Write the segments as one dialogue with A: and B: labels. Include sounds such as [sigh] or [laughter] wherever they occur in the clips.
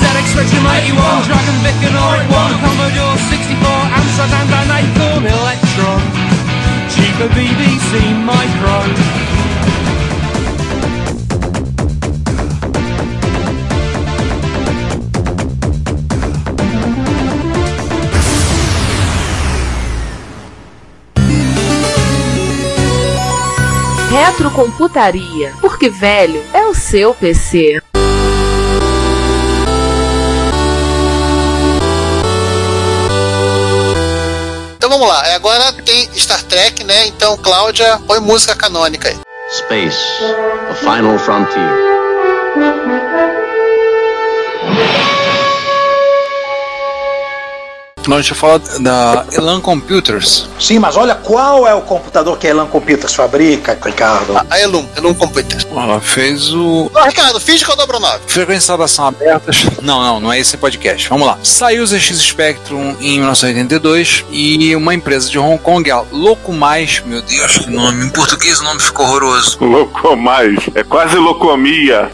A: ZX Spectrum 81, Dragon Vic and Oric 1, Commodore 64, Amsterdam Dan 84, Electron, cheaper BBC Micro.
B: Retrocomputaria, porque velho é o seu PC.
C: Então vamos lá, é, agora tem Star Trek, né? Então, Cláudia, põe música canônica aí.
D: Space, the final frontier.
E: Nós já fala da Elan Computers.
F: Sim, mas olha qual é o computador que a Elan Computers fabrica, Ricardo.
C: A Elum, Elum Computer.
E: Ela fez o.
C: Ô, Ricardo, finge que eu dobro 9.
E: Frequência de instalação abertas. Não, não, não é esse podcast. Vamos lá. Saiu o ZX Spectrum em 1982 e uma empresa de Hong Kong, a Loco Mais, meu Deus, que nome. Em português o nome ficou horroroso.
G: Locomais. É quase locomia.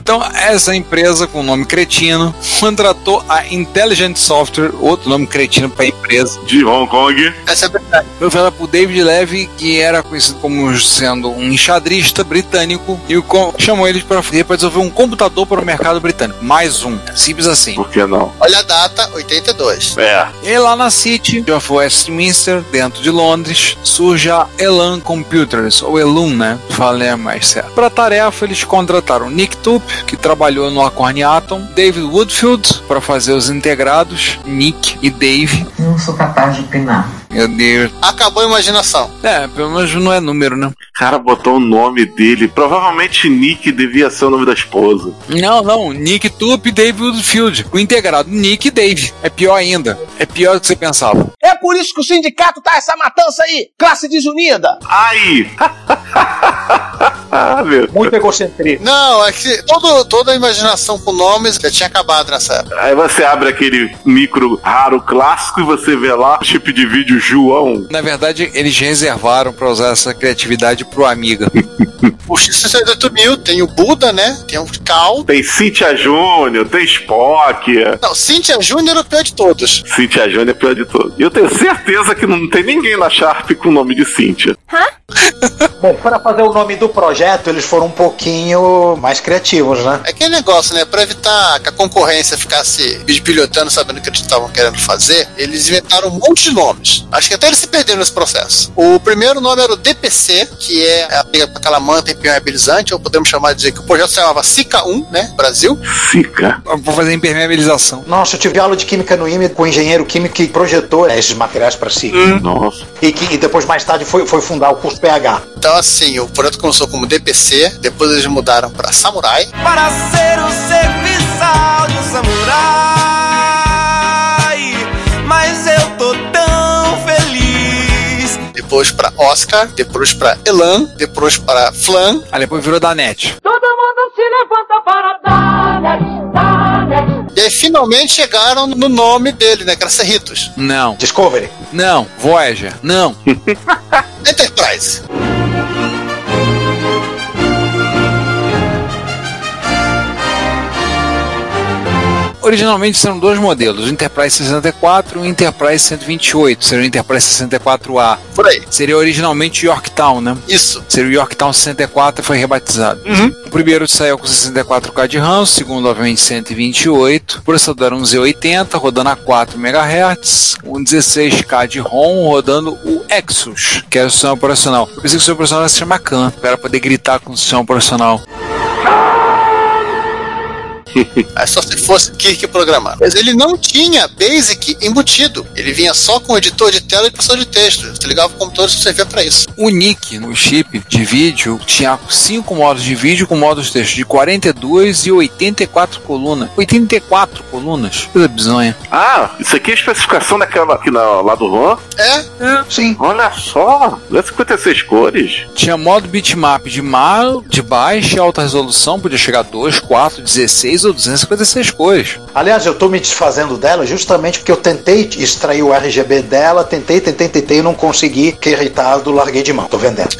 E: Então, essa empresa com o nome cretino [laughs] contratou a Intelligent Software, outro nome cretino para a empresa.
G: De Hong Kong.
C: Essa é a verdade.
E: Foi feita por David Levy, que era conhecido como sendo um enxadrista britânico, e o co- chamou eles para para desenvolver um computador para o mercado britânico. Mais um. Simples assim.
G: Por que não?
C: Olha a data, 82.
G: É.
E: E lá na City of Westminster, dentro de Londres, surge a Elan Computers, ou Elum, né? Falei é mais certo. Para tarefa, eles contrataram Nick Tup, que trabalhou no Acorn Atom, David Woodfield, para fazer os integrados, Nick e Dave.
H: Não sou capaz de opinar.
E: Meu Deus.
C: Acabou a imaginação.
E: É, pelo menos não é número, né?
G: Cara botou o nome dele. Provavelmente Nick devia ser o nome da esposa.
E: Não, não. Nick Tup e David Woodfield. O integrado Nick e Dave. É pior ainda. É pior do que você pensava.
I: É por isso que o sindicato tá essa matança aí, classe desunida.
G: Ai! [laughs] Ah, meu.
F: Muito egocentrismo.
C: Não, é que todo, toda a imaginação com nomes já tinha acabado nessa época.
G: Aí você abre aquele micro raro clássico e você vê lá chip de vídeo João.
E: Na verdade, eles reservaram para usar essa criatividade pro Amiga.
C: O X68000 tem o Buda, né? Tem o Cal.
G: Tem Cynthia Júnior, tem Spock.
C: Não, Cynthia Júnior é o pior de todos.
G: Cynthia Júnior é pior de todos. E eu tenho certeza que não tem ninguém na Sharp com o nome de Cynthia.
F: Bom, para fazer o nome do projeto, eles foram um pouquinho mais criativos, né?
C: É aquele negócio, né? Pra evitar que a concorrência ficasse bisbilhotando, sabendo o que eles estavam querendo fazer, eles inventaram um monte de nomes. Acho que até eles se perderam nesse processo. O primeiro nome era o DPC, que é a briga com aquela manta impermeabilizante, ou podemos chamar de dizer que o projeto se chamava Sica 1, né? Brasil.
G: Sica.
E: Vou fazer impermeabilização.
F: Nossa, eu tive aula de química no IME com um engenheiro químico que projetou esses materiais para si.
G: Nossa.
F: E que e depois, mais tarde, foi, foi fundar o curso PH.
C: Então, assim, o projeto começou como DPC, depois eles mudaram pra Samurai.
A: Para ser o serviçal de um samurai, mas eu tô tão feliz.
C: depois pra Oscar, depois pra Elan, depois pra Flan.
E: Aí Ah, depois virou da net.
C: E aí finalmente chegaram no nome dele, né? Que era Cerritos.
E: Não,
F: Discovery.
E: não, Voyager, não.
C: Enterprise.
E: Originalmente serão dois modelos, o Enterprise 64 e o Enterprise 128. Seria o Enterprise 64A.
C: Por aí.
E: Seria originalmente Yorktown, né?
C: Isso.
E: Seria o Yorktown 64 e foi rebatizado. O primeiro saiu com 64K de RAM, o segundo, obviamente, 128. O processador era um Z80, rodando a 4 MHz. Um 16K de ROM, rodando o Exus, que era o sistema operacional. Eu pensei que o sistema operacional se chama CAN, para poder gritar com o sistema operacional.
C: Aí É só se fosse Kirk programado. Mas ele não tinha Basic embutido. Ele vinha só com editor de tela e impressor de texto. Você ligava o computador e servia pra isso.
E: O NIC, no chip de vídeo, tinha cinco modos de vídeo com modos de texto de 42 e 84 colunas. 84 colunas? Coisa bizonha.
G: Ah, isso aqui é a especificação daquela aqui na, lá do RAM?
C: É,
F: Sim.
G: Olha só, não é 56 cores.
E: Tinha modo bitmap de, ma de baixa e alta resolução, podia chegar a 2, 4, 16 ou 256 cores.
F: Aliás, eu tô me desfazendo dela justamente porque eu tentei extrair o RGB dela, tentei, tentei, tentei e não consegui. Fiquei irritado, larguei de mão. Tô vendendo.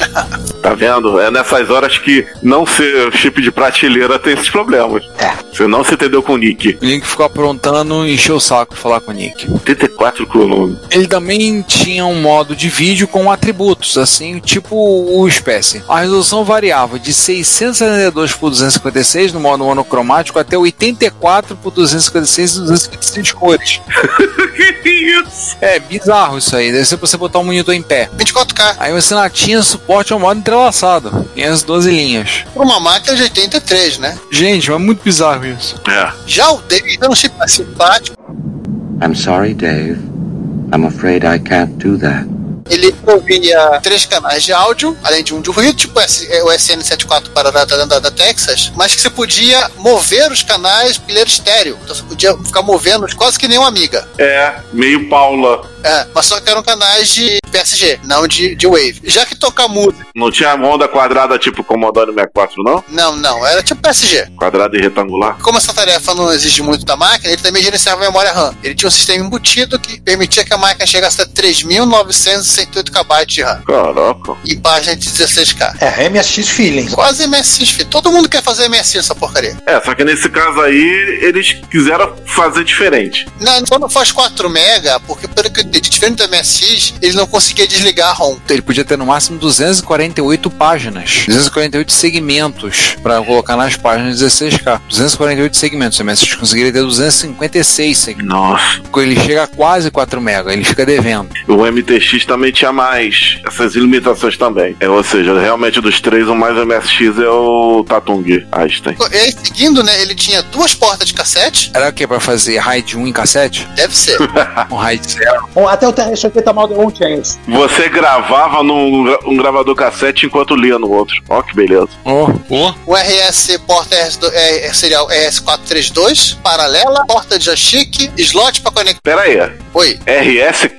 G: Tá vendo? É nessas horas que não ser chip de prateleira tem esses problemas.
F: É.
G: Você não se entendeu com o Nick.
E: O Link ficou aprontando e encheu o saco falar com o Nick.
G: 84 colunas.
E: Ele também tinha um modo de vídeo com atributos, assim, tipo o espécie. A resolução variava de 672 por 256 no modo monocromático até 84 por 256 e 256 cores.
G: [laughs] Que isso?
E: É bizarro isso aí, deve ser pra você botar um monitor em pé.
C: 24K.
E: Aí você não tinha suporte ao modo entrelaçado, 512 linhas.
C: Pra uma máquina de 83, né?
E: Gente, mas é muito bizarro isso.
G: É.
C: Já o Dave era um chip mais simpático.
D: I'm sorry, Dave. I'm afraid I can't do that.
C: Ele ouvia três canais de áudio, além de um de ruído, tipo S- é, o SN74 para da, da, da- da Texas, mas que você podia mover os canais pilheiro estéreo. Então você podia ficar movendo quase que nem uma amiga.
G: É, meio Paula.
C: É, mas só que eram canais de PSG, não de, de Wave. Já que tocar música.
G: Não tinha onda quadrada tipo Commodore 64, não?
C: Não, não, era tipo PSG.
G: Quadrada e retangular.
C: Como essa tarefa não exige muito da máquina, ele também gerenciava a memória RAM. Ele tinha um sistema embutido que permitia que a máquina chegasse a 3.968 KB de RAM
G: Caraca.
C: e página de 16K.
F: É, MSX Feelings.
C: Quase MSX, filho. Todo mundo quer fazer MSX essa porcaria.
G: É, só que nesse caso aí, eles quiseram fazer diferente.
C: Não, só não faz 4 mega, porque pelo que eu entendi, diferente do MSX, ele não conseguia desligar a ROM.
E: Ele podia ter no máximo 248 páginas, 248 segmentos pra colocar nas páginas 16K. 248 segmentos, o MSX conseguiria ter 256 segmentos.
G: Nossa.
E: Ele chega a quase 4 mega, ele fica devendo.
G: O MTX também tinha mais. Essas limitações também. É, ou seja, realmente dos três, o mais MSX é o Tatung Einstein.
C: E aí, seguindo, né, ele tinha duas portas de cassete.
E: Era o que? Pra fazer RAID 1 em cassete?
C: Deve ser.
E: Um RAID 0?
I: Bom, até o
F: tá
I: TR-80 Model 1
F: é
I: tinha isso.
G: Você gravava num gra- um gravador cassete enquanto lia no outro. Ó, que beleza.
E: Oh, oh.
C: O RS Um porta RS2, é, serial RS432, paralela, porta de joystick, slot pra conectar.
G: Pera aí. é
C: Oi.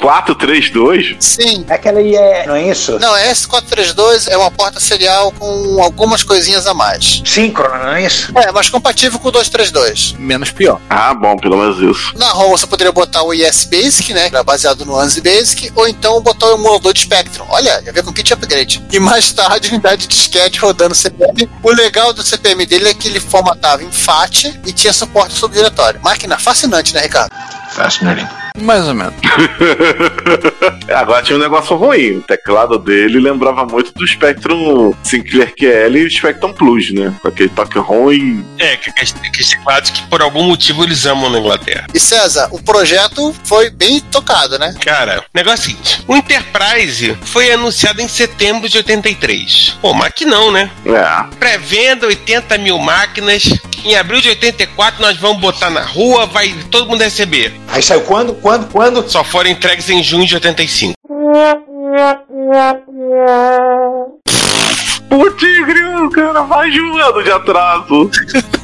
G: RS432?
C: Sim.
F: É aquela IE, não é isso?
C: Não, RS432 é uma porta serial com algumas coisinhas a mais.
F: Síncrona, não é isso?
C: É, mas compatível com o 232.
E: Menos pior.
G: Ah, bom, pelo menos isso. [laughs]
C: Na ROM você poderia botar o ES Basic, né? Que era baseado no ANSI Basic, ou então botar o emulador de Spectrum. Olha, já veio com kit upgrade. E mais tarde, [laughs] unidade de disquete rodando CPM. O legal do CPM dele é que ele formatava em FAT e tinha suporte subdiretório. Máquina fascinante, né, Ricardo?
D: Fascinating.
E: Mais ou menos.
G: Agora tinha um negócio ruim. O teclado dele lembrava muito do Spectrum Sinclair QL e o Spectrum Plus, né? Com aquele toque ruim.
H: É, que aqueles aqueles teclados que por algum motivo eles amam na Inglaterra.
C: E César, o projeto foi bem tocado, né?
H: Cara, o negócio é o seguinte: o Enterprise foi anunciado em setembro de 83. Pô, mas que não, né?
G: É.
H: Pré-venda 80 mil máquinas. Em abril de 84 nós vamos botar na rua, vai todo mundo receber.
F: Aí saiu quando, quando, quando?
H: Só foram entregues em junho de 85.
G: Pô, tigre, cara, vai jogando de atraso.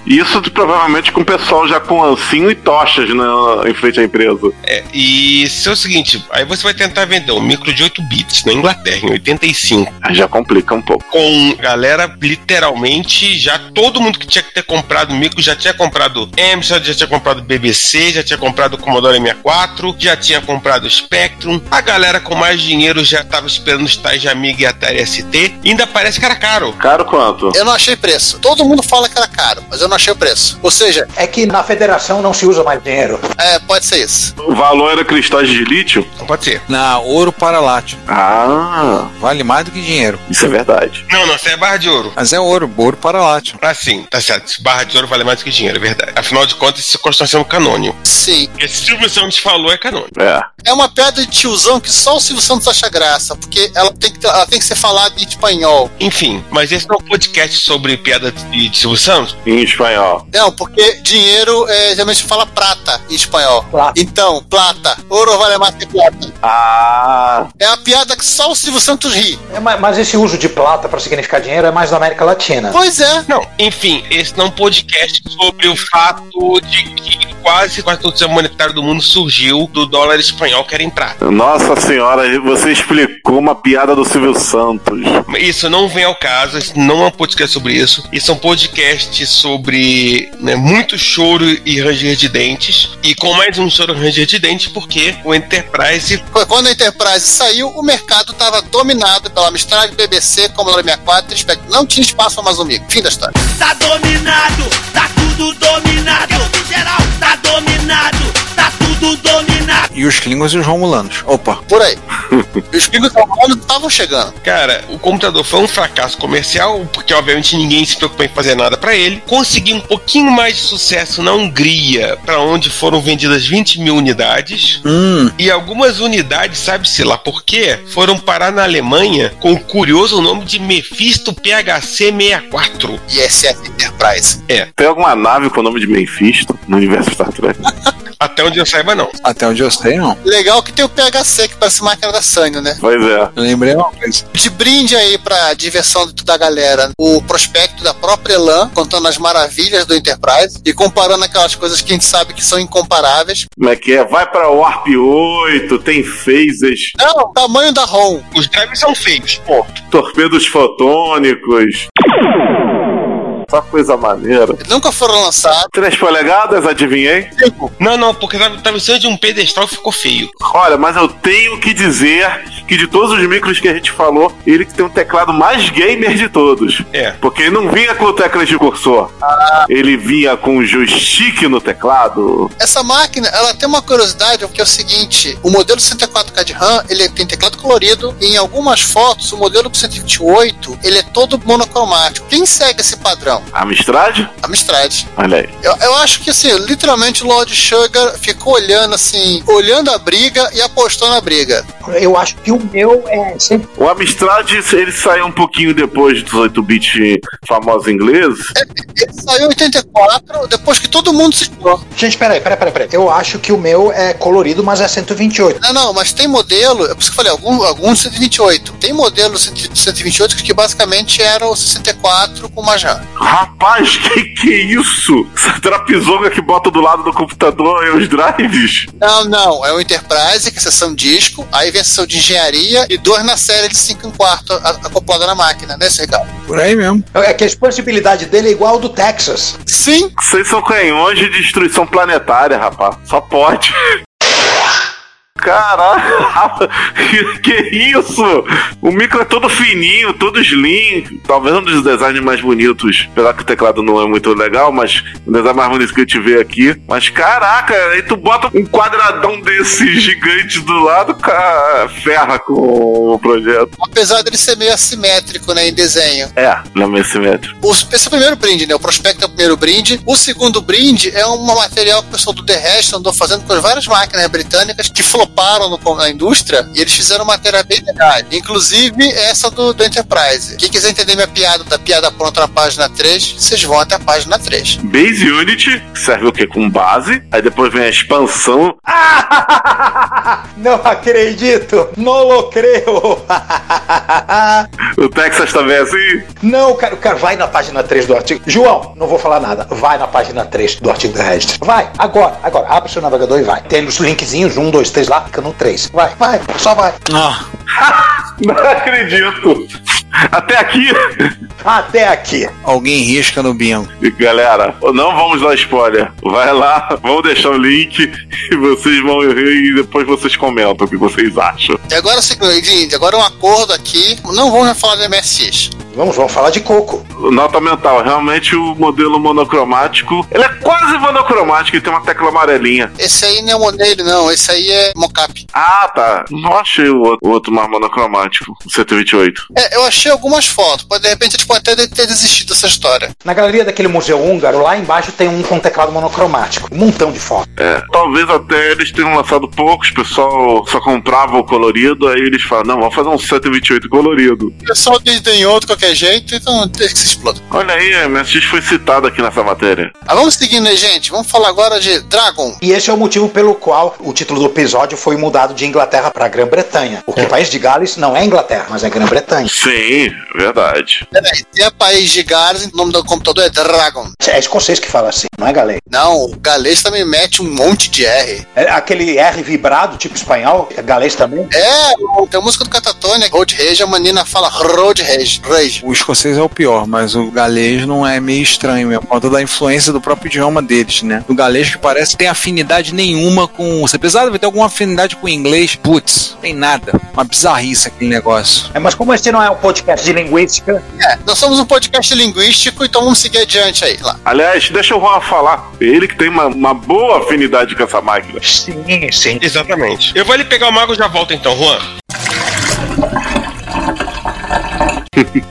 G: Isso provavelmente com o pessoal já com ancinho e tochas na, em frente à empresa.
H: É, e isso é o seguinte: aí você vai tentar vender um micro de 8 bits na Inglaterra em 85.
G: Aí Já complica um pouco.
H: com galera literalmente já todo mundo que tinha que ter comprado micro já tinha comprado Amstrad, já tinha comprado BBC, já tinha comprado Commodore 64, já tinha comprado Spectrum. A galera com mais dinheiro já tava esperando os tais de Amiga e Atari ST. E ainda parece que era caro.
G: Caro quanto?
C: Eu não achei preço. Todo mundo fala que era caro, mas eu não achei o preço. Ou seja,
F: É que na federação não se usa mais dinheiro.
C: é, pode ser isso.
G: O valor era cristais de lítio?
H: Não pode ser.
E: Na ouro para látio.
G: Ah,
E: Vale mais do que dinheiro.
G: isso é verdade.
H: Não, não, isso é barra de ouro.
E: Mas é ouro, ouro para látio.
H: Ah, sim, tá certo. Isso, Barra de ouro vale mais do que dinheiro, é verdade. Afinal de contas, isso continua sendo canônio.
C: Sim.
H: Esse Silvio Santos falou é canônio.
G: É.
C: É uma piada de tiozão que só o Silvio Santos acha graça, porque ela tem que, ela tem que ser falada em espanhol.
H: Enfim, mas esse não é um podcast sobre piada de de Silvio Santos.
G: Em espanhol.
C: Não, porque dinheiro é, geralmente fala prata em espanhol.
F: Plata.
C: Então, plata. Ouro vale mais que plata.
G: Ah,
C: É a piada que só o Silvio Santos ri.
F: É, ma- mas esse uso de plata pra significar dinheiro é mais na América Latina.
C: Pois é.
H: Não, enfim, esse não é um podcast sobre o fato de que quase, quase todo o sistema monetário do mundo surgiu do dólar espanhol que era em prata.
G: nossa senhora, você explicou uma piada do Silvio Santos.
H: Isso não vem ao caso, isso não é um podcast sobre isso. Isso é um podcast sobre né, muito choro e ranger de dentes. E com mais um choro e ranger de dentes, porque o Enterprise
C: Foi Quando a Enterprise saiu, o mercado estava dominado pela Amstrad, BBC, Commodore 64, Spectrum. Não tinha espaço para mais um mico. Fim da história.
A: Tá dominado, tá tudo dominado. Geral, tá dominado, tá tudo dominado.
E: E os Klingons e os Romulanos. Opa,
C: Por aí. Os pingos romanos estavam chegando.
H: Cara, o computador foi um fracasso comercial, porque obviamente ninguém se preocupou em fazer nada pra ele. Conseguiu um pouquinho mais de sucesso na Hungria, pra onde foram vendidas 20 mil unidades.
E: hum,
H: E algumas unidades, sabe-se lá por quê, foram parar na Alemanha com o curioso nome de Mephisto PHC 64.
C: ISS é Enterprise.
G: Tem alguma nave com o nome de Mephisto no universo Star Trek?
H: Até onde eu saiba, não.
E: até onde eu sei, não.
C: Legal que tem o PHC, que parece máquina da sangue, né?
G: Pois é.
E: Eu lembrei uma coisa.
C: De brinde aí pra diversão de- da galera, o prospecto da própria Elan, contando as maravilhas do Enterprise e comparando aquelas coisas que a gente sabe que são incomparáveis.
G: Como é que é? Vai pra Warp 8, tem phasers,
C: Não, tamanho da ROM.
H: Os drives são feios, pô.
G: torpedos fotônicos. Só coisa maneira.
C: Nunca foram lançados.
G: 3 polegadas, adivinhei?
H: Não, não, porque tava, tava em cima de um pedestal e ficou feio.
G: Olha, mas eu tenho que dizer que de todos os micros que a gente falou, ele que tem um teclado mais gamer de todos.
H: É.
G: Porque ele não vinha com teclas de cursor. Ele vinha com o joystick no teclado.
C: Essa máquina, ela tem uma curiosidade, que é o seguinte, o modelo 64K de RAM, ele tem teclado colorido, e em algumas fotos, o modelo 128, ele é todo monocromático. Quem segue esse padrão?
G: Amstrad?
C: Amstrad.
G: Olha aí.
C: Eu, eu acho que, assim, literalmente o Lord Sugar ficou olhando, assim, olhando a briga e apostou na briga.
F: Eu acho que o meu é sempre.
G: O Amstrad, ele saiu um pouquinho depois dos 8-bit famosos ingleses.
C: Ele saiu em 84, depois que todo mundo se tirou.
F: Gente, peraí, peraí, peraí, peraí. Eu acho que o meu é colorido, mas é 128.
C: Não, não, mas tem modelo, é por isso que eu falei, algum, algum 128. Tem modelo 100 128 que basicamente era o 64 com uma RAM.
G: Rapaz, [laughs] que que é isso? Essa trapizoga que bota do lado do computador e os drives.
C: Não, não, é o Enterprise, que é a seção disco, aí vem a seção de engenharia e duas na série de 5 em quarto a- acoplada na máquina, né, Sergal?
E: Por aí mesmo.
F: É que a expansibilidade dele é igual ao do Texas. [laughs]
C: Sim,
G: Vocês são canhões de destruição planetária, rapaz. Só pode. [laughs] Caraca, [laughs] que, que isso? O micro é todo fininho, todo slim. Talvez um dos designs mais bonitos. Apesar que o teclado não é muito legal, mas o design mais bonito que eu te ver aqui. Mas caraca, aí tu bota um quadradão desse [laughs] gigante do lado, cara, ferra com o projeto.
C: apesar dele ser meio assimétrico, né, em desenho.
G: É, não é simétrico.
C: O, esse é o primeiro brinde, né, o prospecto é o primeiro brinde. O segundo brinde é um material que o pessoal do The Rest andou fazendo com as várias máquinas britânicas que floparam no- na indústria, e eles fizeram uma matéria bem legal, inclusive essa do, do Enterprise. Quem quiser entender minha piada, da piada pronta na página 3, vocês vão até a página 3.
G: Base Unit, que serve o quê? Com base. Aí depois vem a expansão.
F: Não acredito! Não lo creio!
G: O Texas também é assim.
F: [laughs]
G: [laughs]
F: Não, cara, cara, vai na página 3 do artigo. João, não vou falar nada. Vai na página 3 do artigo da Regis. Vai, agora, agora. Abre seu navegador e vai. Tem os linkzinhos, 1, 2, 3 lá, fica no 3. Vai, vai, só vai.
E: Ah,
G: Não acredito. Até aqui. [laughs]
F: Até aqui.
E: alguém risca no bingo.
G: E, Galera, não vamos dar spoiler. Vai lá, vamos deixar o link [laughs] e vocês vão rir e depois vocês comentam o que vocês acham.
C: E agora, é o seguinte, agora é um acordo aqui. Não vamos falar do MSX.
F: Vamos, vamos falar de coco.
G: Nota mental, realmente o modelo monocromático, ele é quase monocromático e tem uma tecla amarelinha.
C: Esse aí não é modelo, não. Esse aí é mocap.
G: Ah, tá. Não achei o outro- o outro mais monocromático, o 128.
C: É, eu achei algumas fotos. Pode, de repente, eles podem até ter desistido dessa história.
F: Na galeria daquele museu húngaro, lá embaixo tem um com teclado monocromático. Um montão de foto.
G: É, Talvez até eles tenham lançado poucos, o pessoal só comprava o colorido, aí eles falam, não, vamos fazer um 128 colorido.
C: O pessoal desdenhou de qualquer qualquer jeito, então deixa que se exploda.
G: Olha aí, a MSX foi citada aqui nessa matéria.
C: Ah, vamos seguindo aí, gente. Vamos falar agora de Dragon.
F: E esse é o motivo pelo qual o título do episódio foi mudado de Inglaterra para Grã-Bretanha. Porque o país de Gales não é Inglaterra, mas é Grã-Bretanha.
G: Sim, verdade.
C: Peraí, se é país de Gales, o nome do computador é Dragon.
F: É escocês que fala assim, não é galês.
C: Não, o galês também mete um monte de R.
F: É aquele R vibrado, tipo espanhol, é galês também.
C: É, tem a música do Catatonia, Road Rage, a menina fala Road Rage, Rage.
E: O escocês é o pior, mas o galês não é meio estranho, é por conta da influência do próprio idioma deles, né? O galês que parece que tem afinidade nenhuma com. Se apesar de ter alguma afinidade com o inglês, putz, tem nada. Uma bizarrice aquele negócio.
F: É, mas como esse não é um podcast de linguística,
C: É, nós somos um podcast linguístico, então vamos seguir adiante aí. Lá.
G: Aliás, deixa o Juan falar. Ele que tem uma, uma boa afinidade com essa máquina.
F: sim, sim.
H: Exatamente. Eu vou ali pegar o mago e já volto então, Juan.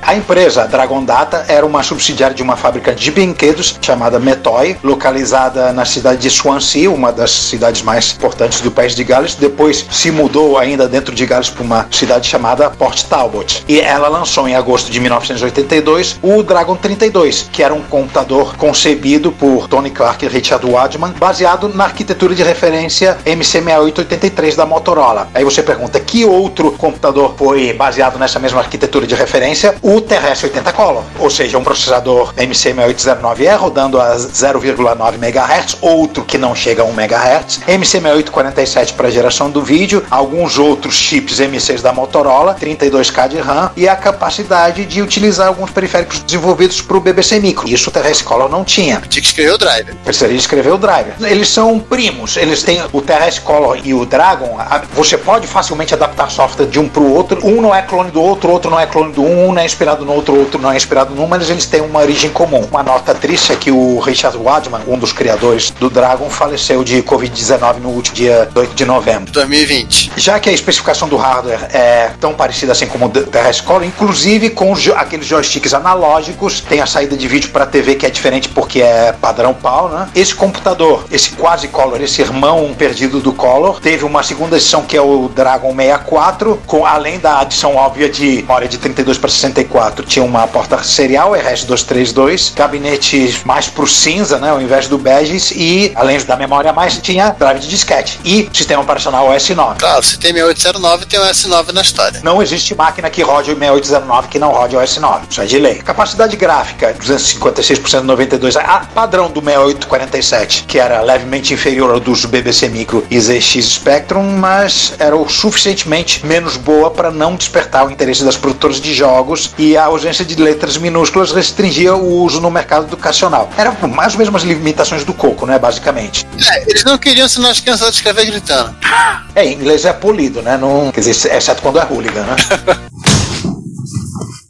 F: A empresa Dragon Data era uma subsidiária de uma fábrica de brinquedos chamada Metoy, localizada na cidade de Swansea, uma das cidades mais importantes do país de Gales. Depois se mudou ainda dentro de Gales para uma cidade chamada Port Talbot. E ela lançou em agosto de 1982 o Dragon 32, que era um computador concebido por Tony Clark e Richard Wadman, baseado na arquitetura de referência MC6883 da Motorola. Aí você pergunta que outro computador foi baseado nessa mesma arquitetura de referência? O Terrestre 80 Color, ou seja, um processador MC6809E rodando a 0,9 MHz, outro que não chega a 1 MHz, MC6847 para a geração do vídeo, alguns outros chips M6 da Motorola, 32K de RAM e a capacidade de utilizar alguns periféricos desenvolvidos para o BBC Micro. Isso o Terrestre Color não tinha.
C: Tinha que escrever o driver.
F: Precisaria escrever o Driver. Eles são primos, eles têm o Terrestre Color e o Dragon. a- Você pode facilmente adaptar software de um para o outro. Um não é clone do outro, o outro não é clone do um, um não é inspirado no outro, o outro não é inspirado no um, mas eles têm uma origem comum. Uma nota triste é que o Richard Wadman, um dos criadores do Dragon, faleceu de Covid-19 no último dia 8 de novembro.
C: 2020.
F: Já que a especificação do hardware é tão parecida assim como o da Escola, inclusive com os jo- aqueles joysticks analógicos, tem a saída de vídeo para TV que é diferente porque é padrão PAL, né? Esse computador, esse quase Color, esse irmão perdido do Color, teve uma segunda edição que é o Dragon 64, com além da adição óbvia de memória de 32 para 64, tinha uma porta serial RS-232, gabinete mais pro cinza, né, ao invés do bege, e além da memória a mais, tinha drive de disquete e sistema operacional OS 9.
C: Claro, se tem 6809, tem um S9 na história.
F: Não existe máquina que rode o 6819 que não rode o S9. Isso é de lei. Capacidade gráfica, 256% 92. A Ah, padrão do 6847, que era levemente inferior ao dos BBC Micro e ZX Spectrum, mas era o suficientemente menos boa para não despertar o interesse das produtoras de jogos e a ausência de letras minúsculas restringia o uso no mercado educacional. Era mais ou menos as limitações do coco, né, basicamente.
C: É, eles não queriam ensinar as crianças a escrever gritando.
F: É, em inglês é polido, né? Não, quer dizer, exceto quando é hooligan, né?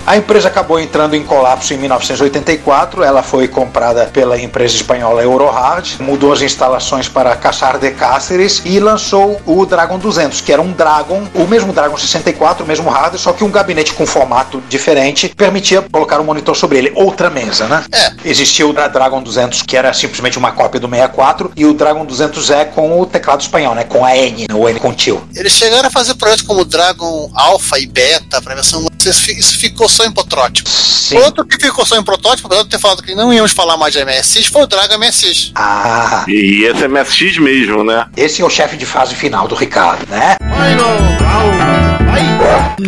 F: A empresa acabou entrando em colapso em 1984. Ela foi comprada pela empresa espanhola Eurohard, mudou as instalações para Caçar de Cáceres e lançou o Dragon 200, que era um Dragon, o mesmo Dragon 64, o mesmo hardware, só que um gabinete com formato diferente permitia colocar um monitor sobre ele, outra mesa, né?
C: É.
F: Existia o Dra- Dragon 200, que era simplesmente uma cópia do 64, e o Dragon 200E com o teclado espanhol, né? Com a N, o N com tio.
C: Eles chegaram a fazer projetos como Dragon Alpha e Beta pra versão. Isso fi- isso ficou só em protótipo.
F: Sim.
C: Outro que ficou só em protótipo, apesar de eu ter falado que não íamos falar mais de MSX, foi o Dragon MSX.
F: Ah,
G: E esse é MSX mesmo, né?
F: esse é o chefe de fase final do Ricardo, né?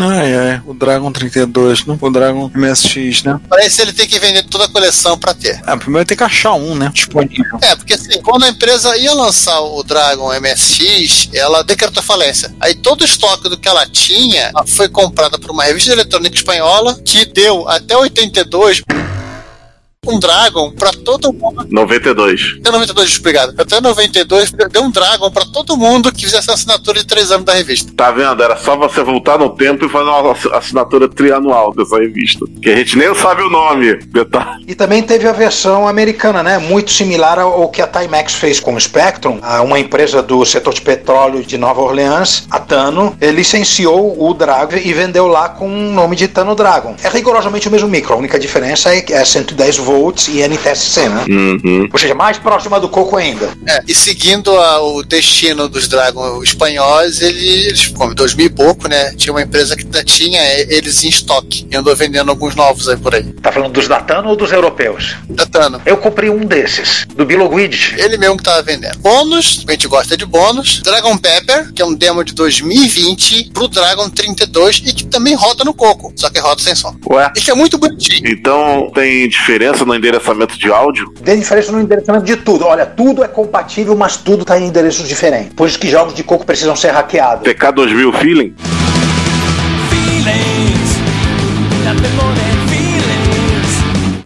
E: Ah, é. O Dragon 32, né? O Dragon MSX, né?
C: Pra isso ele tem que vender toda a coleção pra ter.
E: Ah, primeiro tem que achar um, né? Disponível.
C: É, porque assim, quando a empresa ia lançar o Dragon MSX, ela decretou falência. Aí todo o estoque do que ela tinha foi comprada por uma revista de eletrônica espanhola que deu até 82 um Dragon pra todo mundo
G: 92.
C: Até 92, obrigado. Até 92, deu um Dragon pra todo mundo que fizesse a assinatura de três anos da revista.
G: Tá vendo? Era só você voltar no tempo e fazer uma ass- assinatura trianual dessa revista. Que a gente nem sabe o nome. Detalhe.
F: E também teve a versão americana, né? Muito similar ao ao que a Timex fez com o Spectrum, a uma empresa do setor de petróleo de Nova Orleans, a Tano, eh, licenciou o Dragon e vendeu lá com o nome de Tano Dragon. É rigorosamente o mesmo micro, a única diferença é que é 110 V volts e NTSC, né?
G: Uhum.
F: Ou seja, mais próxima do coco ainda.
C: É, e seguindo a- o destino dos Dragon espanhóis, eles, como em 2000 e pouco, né? Tinha uma empresa que ainda tinha eles em estoque. E andou vendendo alguns novos aí por aí.
F: Tá falando dos Datano ou dos europeus?
C: Datano.
F: Eu comprei um desses, do Bilogwid.
C: Ele mesmo que tava vendendo. Bônus, a gente gosta de bônus. Dragon Pepper, que é um demo de 2020 pro Dragon 32 e que também roda no coco, só que roda sem som.
G: Ué?
C: E que é muito bonitinho.
G: Então tem diferença no endereçamento de áudio?
F: Tem diferença no endereçamento de tudo. Olha, tudo é compatível, mas tudo tá em endereços diferentes. Por isso que jogos de coco precisam ser hackeados.
G: TK2000 Feeling?
A: Feelings, nothing more than feelings.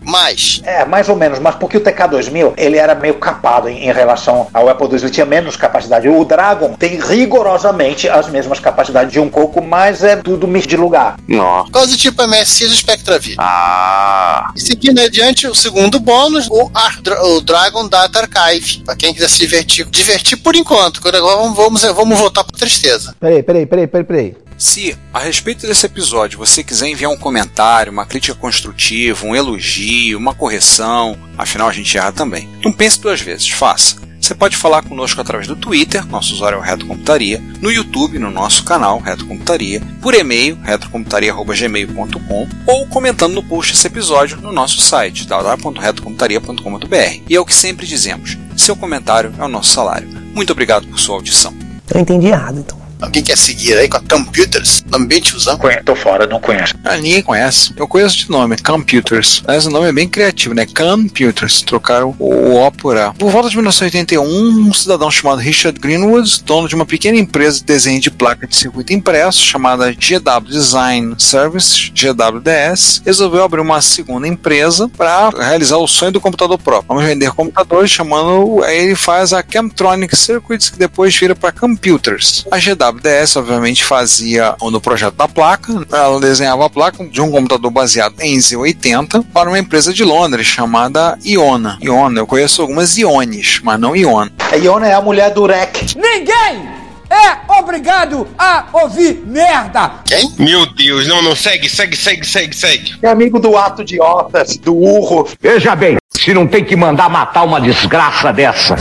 C: Mas,
F: É, mais ou menos, mas porque o TK2000 ele era meio capado em, em relação ao Apple II, ele tinha menos capacidade. O Dragon tem rigorosamente as mesmas capacidades de um coco, mas é tudo misto de lugar.
G: Não.
C: quase tipo MSX e Spectra V.
G: Ah.
C: E seguindo adiante, o segundo bônus, o, Ar- Dra- o Dragon Data Archive. Pra quem quiser se divertir. Divertir por enquanto, que agora vamos, vamos, vamos voltar pra tristeza.
J: Peraí, peraí, peraí, peraí, peraí.
E: Se, a respeito desse episódio, você quiser enviar um comentário, uma crítica construtiva, um elogio, uma correção, afinal a gente erra também. Não pense duas vezes, faça. Você pode falar conosco através do Twitter, nosso usuário é o Reto Computaria, no YouTube, no nosso canal, Reto Computaria, por e-mail, retrocomputaria.gmail.com ou comentando no post desse episódio no nosso site, www.retocomputaria.com.br. E é o que sempre dizemos, seu comentário é o nosso salário. Muito obrigado por sua audição.
J: Eu entendi errado, então.
C: Alguém quer seguir aí com a Computers? Nome bem tiozão.
F: Conhe- Tô fora, não conheço.
E: Ah, ninguém conhece. Eu conheço de nome, Computers. Mas o nome é bem criativo, né? Computers. Trocaram o O por A. Por volta de 1981, um cidadão chamado Richard Greenwood, dono de uma pequena empresa de desenho de placa de circuito impresso chamada GW Design Services, GWDS, resolveu abrir uma segunda empresa para realizar o sonho do computador próprio. Vamos vender computadores chamando. Aí ele faz a Camtronic Circuits, que depois vira para Computers. A GWDS, obviamente, fazia no projeto da placa. Ela desenhava a placa de um computador baseado em Z80 para uma empresa de Londres chamada Iona. Iona, eu conheço algumas Iones, mas não Iona.
F: A Iona é a mulher do REC.
A: Ninguém é obrigado a ouvir merda.
C: Quem?
H: Meu Deus, não, não, segue, segue, segue, segue, segue.
F: É amigo do ato de Otas, do urro.
J: Veja bem, se não tem que mandar matar uma desgraça dessa.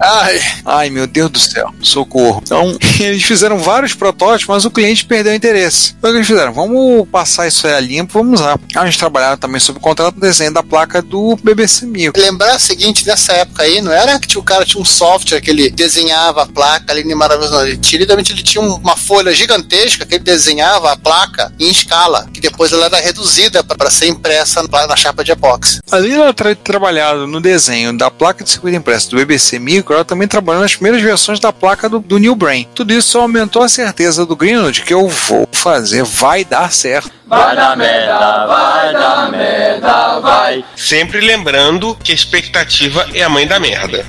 C: Ai,
E: Ai, meu Deus do céu, socorro. Então, [laughs] eles fizeram vários protótipos, mas o cliente perdeu o interesse. Então, o que eles fizeram? Vamos passar isso aí a limpo, vamos lá. A gente trabalharam também sobre o contrato de desenho da placa do BBC 1000.
C: lembrar o seguinte, nessa época aí, não era que tinha- o cara tinha um software que ele desenhava a placa ali, nem maravilhoso, não. Ele, tinha- literalmente ele tinha um- uma folha gigantesca que ele desenhava a placa em escala, que depois ela era reduzida pra- pra ser impressa na, na chapa de epóxi.
E: Além de ela ter trabalhado no desenho da placa de circuito impresso do BBC Micro, ela também trabalhou nas primeiras versões da placa do, do New Brain. Tudo isso só aumentou a certeza do Greenwood que eu vou fazer, vai dar certo.
H: Sempre lembrando que a expectativa é a mãe da merda.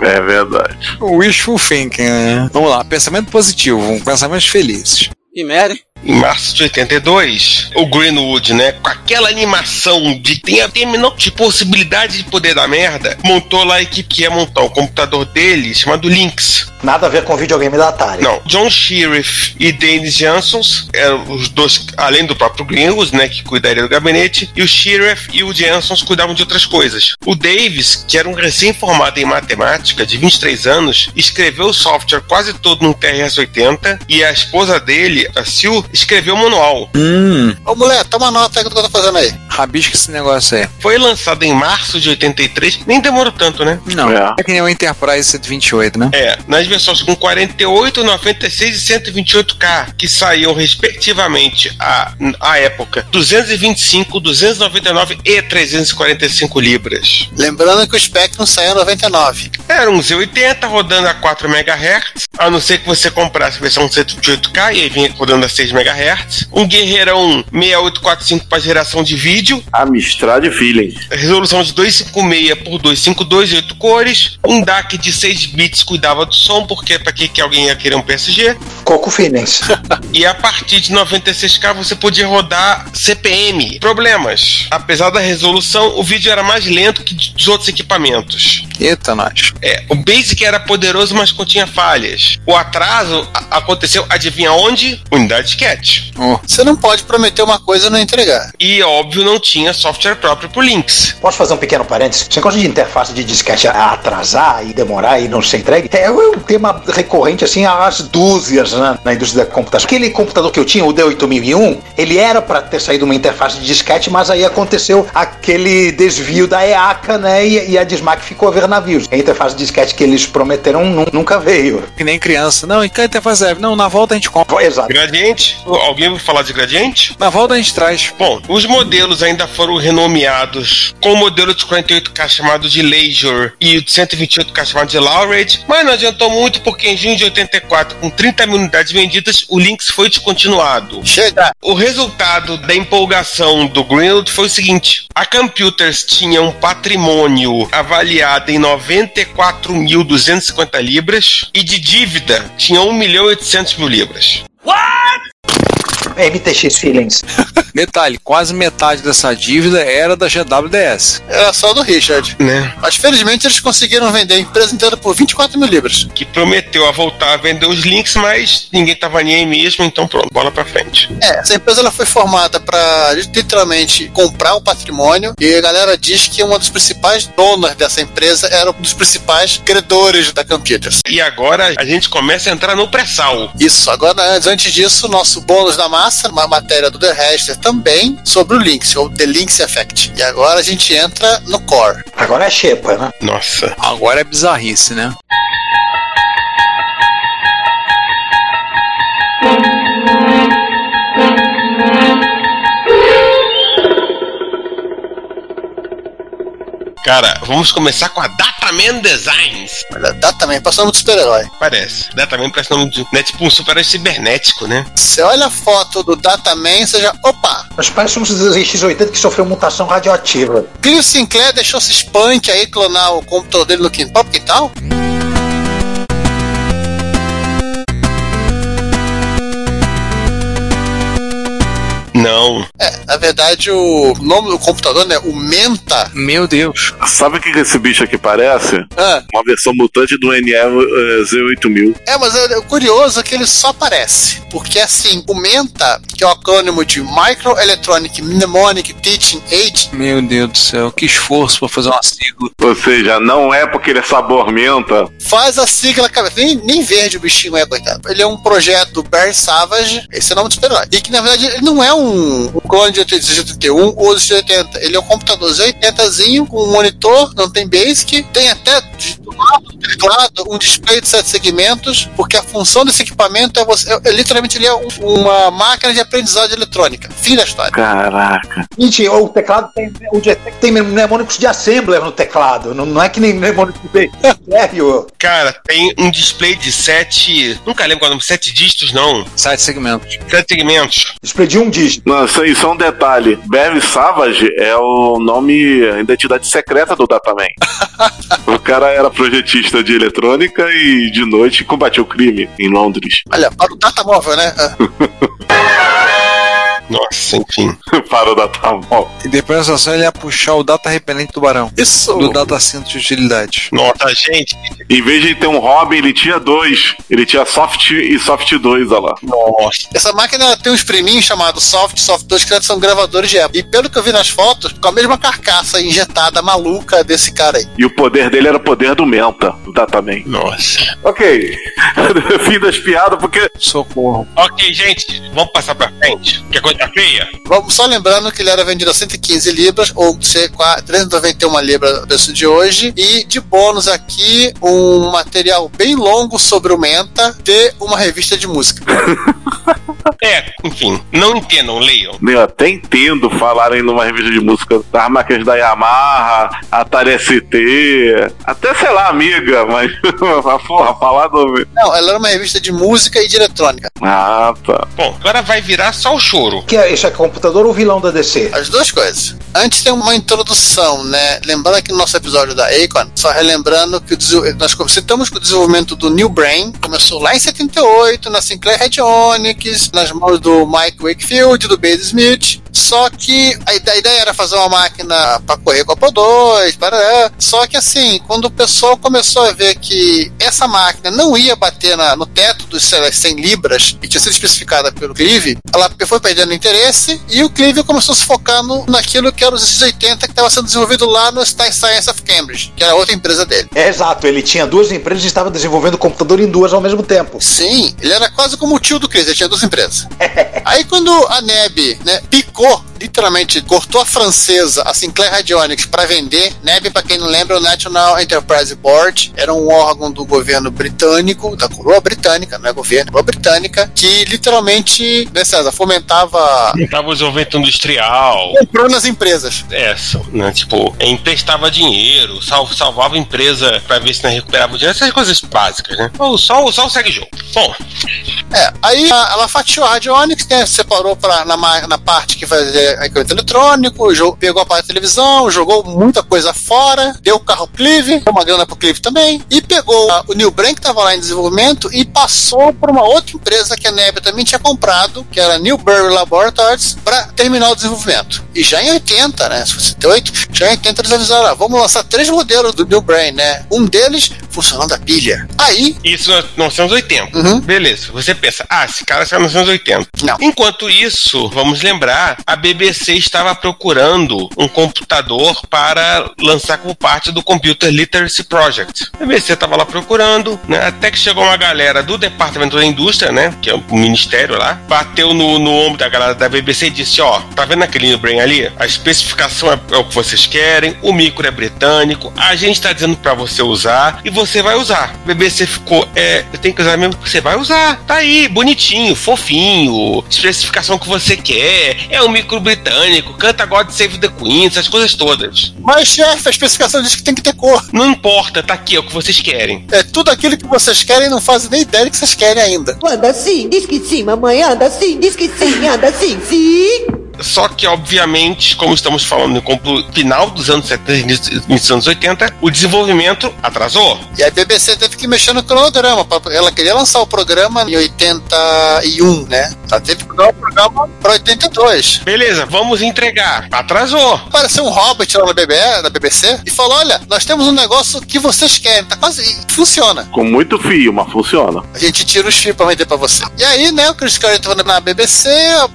G: É verdade.
E: Wishful thinking, né? Vamos lá, pensamento positivo, pensamentos felizes.
I: E merda.
H: Em março de 82, o Greenwood, né, com aquela animação de tem a tem a menor de possibilidade de poder dar merda, montou lá a equipe que ia montar o computador dele chamado Lynx.
F: Nada a ver com o videogame da Atari.
H: Não, John Sheriff e Dennis Jansons eram os dois, além do próprio Gringos, né, que cuidaria do gabinete, e o Sheriff e o Jansons cuidavam de outras coisas. O Davis, que era um recém-formado em matemática, de 23 anos, escreveu o software quase todo num TRS-80 e a esposa dele, a Sil, escreveu o manual.
E: Hum,
C: Ô mulher, toma nota aí do que eu tô fazendo aí.
E: rabisca esse negócio aí.
H: Foi lançado em março de 83, nem demorou tanto, né?
E: Não,
G: É.
E: é, que nem o Enterprise 128, né?
H: É, nas versões com 48, 96 e 128K, que saíam respectivamente a, a época 225, 299 e 345 libras.
C: Lembrando que o Spectrum saiu em 99.
H: Era um Z80 rodando a 4 MHz, a não ser que você comprasse a versão 128K e aí vinha rodando a 6 MHz. Um Guerreirão 6845 para geração de vídeo,
G: Amstrad Feeling.
H: resolução de 256 por 252, 8 é cores. Um DAC de 6 bits cuidava do som, porque para que, que alguém ia querer um PSG?
F: Coco Feelings.
H: [laughs] E a partir de 96K você podia rodar CPM. Problemas. Apesar da resolução, o vídeo era mais lento que dos outros equipamentos.
E: Eita, nós.
H: É, o Basic era poderoso, mas continha falhas. O atraso a- aconteceu, adivinha onde? Unidade CAT.
C: Você não pode prometer uma coisa e não entregar.
H: E óbvio, não tinha software próprio pro Links.
F: Posso fazer um pequeno parênteses? Esse negócio de interface de disquete a- atrasar e demorar e não ser entregue é um tema recorrente, assim, às dúzias né, na indústria da computação. Aquele computador que eu tinha, o D8001, ele era para ter saído uma interface de disquete, mas aí aconteceu aquele desvio da EACA, né, e, e a Dismac ficou a ver navios. A interface de disquete que eles prometeram nu- nunca veio.
E: É Que nem criança. Não, e que a interface é? Não, na volta a gente compra.
F: Exato.
H: Gradiente? Alguém vai falar de gradiente?
E: Na volta a gente traz. [laughs]
H: Bom, os modelos ainda foram renomeados com o modelo de 48K chamado de Leisure e o de 128K chamado de Lowridge, mas não adiantou muito porque em junho de 84, com 30 mil unidades vendidas, o Lynx foi descontinuado.
C: Chega!
H: O resultado da empolgação do Greenwood foi o seguinte: a Computers tinha um patrimônio avaliado em 94.250 libras e de dívida tinha 1 milhão e 800 mil libras.
F: MTX Feelings.
E: Detalhe, quase metade dessa dívida era da GWDS.
C: Era só do Richard.
H: Né?
C: Mas felizmente eles conseguiram vender a empresa inteira por 24 mil libras.
H: Que prometeu a voltar a vender os links, mas ninguém tava nem aí mesmo, então pronto, bola pra frente.
C: É, essa empresa ela foi formada para literalmente comprar um patrimônio e a galera diz que uma dos principais donos dessa empresa era um dos principais credores da Computers.
H: E agora a gente começa a entrar no pré-sal.
C: Isso, agora antes, antes disso, nosso bônus da massa, uma matéria do The Rester também, sobre o Lynx, ou The Lynx Effect. E agora a gente entra no core.
F: Agora é xepa, né?
H: Nossa.
E: Agora é bizarrice, né?
H: Cara, vamos começar com a Dataman Designs.
C: Olha, dá também, passou muito super-herói.
H: Parece. Dataman parece nome de. Né, tipo um super cibernético, né?
C: Você olha a foto do Dataman, você já. Opa!
F: Mas parece um ZX80 que sofreu mutação radioativa.
C: Cliff Sinclair deixou-se spunk aí clonar o computador dele no quintal, quintal?
H: Não.
C: É, na verdade o nome do computador, né? O Menta.
E: Meu Deus.
G: Sabe o que que esse bicho aqui parece?
C: Ah,
G: Uma versão mutante do eh, NE-Z8000.
C: é, mas é é curioso que ele só aparece. Porque assim, o Menta, que é o acrônimo de Microelectronic Mnemonic Teaching Aid,
E: Meu Deus do céu, que esforço pra fazer um uma sigla.
G: Ou seja, não é porque ele é sabor menta.
C: faz a sigla cabeça. Nem, nem verde o bichinho é, coitado. Ele é um projeto do Barry Savage, esse é o nome do super-herói. E que na verdade ele não é um, um clone de 81 ou de 80. Ele é um computador de 80zinho com um monitor, não tem basic, tem até de- do lado do teclado um display de sete segmentos, porque a função desse equipamento é você. é- é literalmente ele é um- uma máquina de aprendizagem eletrônica. Fim da história.
G: Caraca.
F: Gente, o teclado tem, o Jetec tem mnemônicos de assembler no teclado. Não, não é que nem mnemônico de B. Sério.
H: Cara, tem um display de sete. Nunca lembro qual é o nome, sete dígitos, não.
E: Site segmentos.
H: Sete segmentos.
F: Explodiu um dígito.
G: Não, isso aí só um detalhe. Barry Savage é o nome, a identidade secreta do Dataman. o cara era projetista de eletrônica e de noite combatia o crime em Londres. [laughs]
C: Olha, para o data móvel, né? Ah.
H: Nossa, enfim.
G: Para o Datamon.
E: E depois dessa ação ele ia puxar o data repelente do barão.
C: Isso.
E: Do data centro de utilidades.
H: Nossa, gente.
G: Em vez de ter um Robin, ele tinha dois. Ele tinha Soft e Soft 2, olha lá.
H: Nossa.
C: Essa máquina ela tem uns priminhos chamados Soft, Soft 2, que são gravadores de época. E pelo que eu vi nas fotos, com a mesma carcaça injetada maluca desse cara aí.
G: E o poder dele era o poder do Menta, do Dataman.
H: Nossa.
G: Ok. [laughs] Fim das piadas, porque
E: Socorro.
H: Ok, gente, vamos passar pra frente. Que coisa tá feia.
C: Vamos só lembrando que ele era vendido a 115 libras, ou C4, 391 libras preço de hoje. E de bônus aqui, um material bem longo sobre o Menta de uma revista de música.
H: É, enfim, não entendam, leiam.
G: Eu né, até entendo falarem numa revista de música das máquinas da Yamaha, Atari ST, até sei lá, amiga, mas [laughs] mas, porra, falar do.
C: Não, ela era uma revista de música e de eletrônica.
G: Ah, tá.
H: Bom, agora vai virar só o choro.
F: Que é, isso é computador ou vilão da DC?
C: As duas coisas. Antes tem uma introdução, né? Lembrando aqui no nosso episódio da Akon, só relembrando que o desenvol- nós citamos que o desenvolvimento do New Brain começou lá em 78, na Sinclair Radionics, nas mãos do Mike Wakefield, do Bates Smith. Só que a ide- a ideia era fazer uma máquina para correr com a Apple II, parará. só que assim, quando o pessoal começou a ver que essa máquina não ia bater na- no teto dos sei lá, 100 libras, e tinha sido especificada pelo Clive, ela foi perdendo interesse, e o Clive começou a se focar no- naquilo que era os esses 80 que estava sendo desenvolvido lá no Sci- Science of Cambridge, que era outra empresa dele.
F: É, exato, ele tinha duas empresas e estava desenvolvendo computador em duas ao mesmo tempo.
C: Sim, ele era quase como o tio do Chris, ele tinha duas empresas. Aí quando a Neb, né, picou, literalmente cortou a francesa, a Sinclair Radionics, para vender, Neb, para quem não lembra, é o National Enterprise Board, era um órgão do governo britânico, da coroa britânica, não é governo, coroa britânica, que literalmente, né, César, fomentava.
H: Tava o desenvolvimento industrial.
C: comprando as empresas.
H: É, são, né, tipo, emprestava dinheiro, sal- salvava a empresa pra ver se não recuperava o dinheiro, essas coisas básicas, né? Ou só, só o segue-jogo. Bom,
C: É, aí a- ela fatiou a Radionics, né? Separou pra, na, ma- na parte que fazia equipamento eletrônico, jo- pegou a parte da televisão, jogou muita coisa fora, deu o carro pro Clive, deu uma grana pro Clive também, e pegou a- o New Brain que tava lá em desenvolvimento e passou por uma outra empresa que a Neb também tinha comprado, que era a Newberry Laboratories, pra terminar o desenvolvimento. E já em 80, né? 78, já em 80 eles avisaram: ah, vamos lançar três modelos do New Brain, né? Um deles funcionando a pilha. Aí
H: isso é 1980. Beleza, você pensa, ah, esse cara saiu em 1980.
C: Não.
H: Enquanto isso, vamos lembrar, a BBC estava procurando um computador para lançar como parte do Computer Literacy Project. A BBC estava lá procurando, né, até que chegou uma galera do Departamento da Indústria, né, que é o ministério lá, bateu no, no ombro da galera da BBC e disse, ó, tá vendo aquele New Brain ali? A especificação é, é o que vocês querem, o micro é britânico, a gente tá dizendo para você usar e você vai usar. A BBC ficou, é, eu tenho que usar mesmo, você vai usar. Tá aí, bonitinho, fofinho, especificação que você quer, é um micro britânico, canta God Save the Queen, essas coisas todas.
C: Mas, chefe, a especificação diz que tem que ter cor.
H: Não importa, tá aqui, é o que vocês querem.
C: É tudo aquilo que vocês querem e não fazem nem ideia do que vocês querem ainda.
K: Anda sim, diz que sim, mamãe, anda sim, diz que sim, anda sim, sim.
H: Só que, obviamente, como estamos falando no final dos anos 70 e início início dos anos 80, o desenvolvimento atrasou.
C: E a BBC teve que mexer no cronograma. pra- Ela queria lançar o programa em 81, né? Ela teve que dar o programa pra 82.
H: Beleza, vamos entregar. Atrasou.
C: Apareceu um hobbit lá na, BB, na BBC e falou: Olha, nós temos um negócio que vocês querem, tá quase. e Funciona.
G: Com muito fio, mas funciona.
C: A gente tira os chips pra vender pra você. E aí, né, o Chris Curry tava na BBC,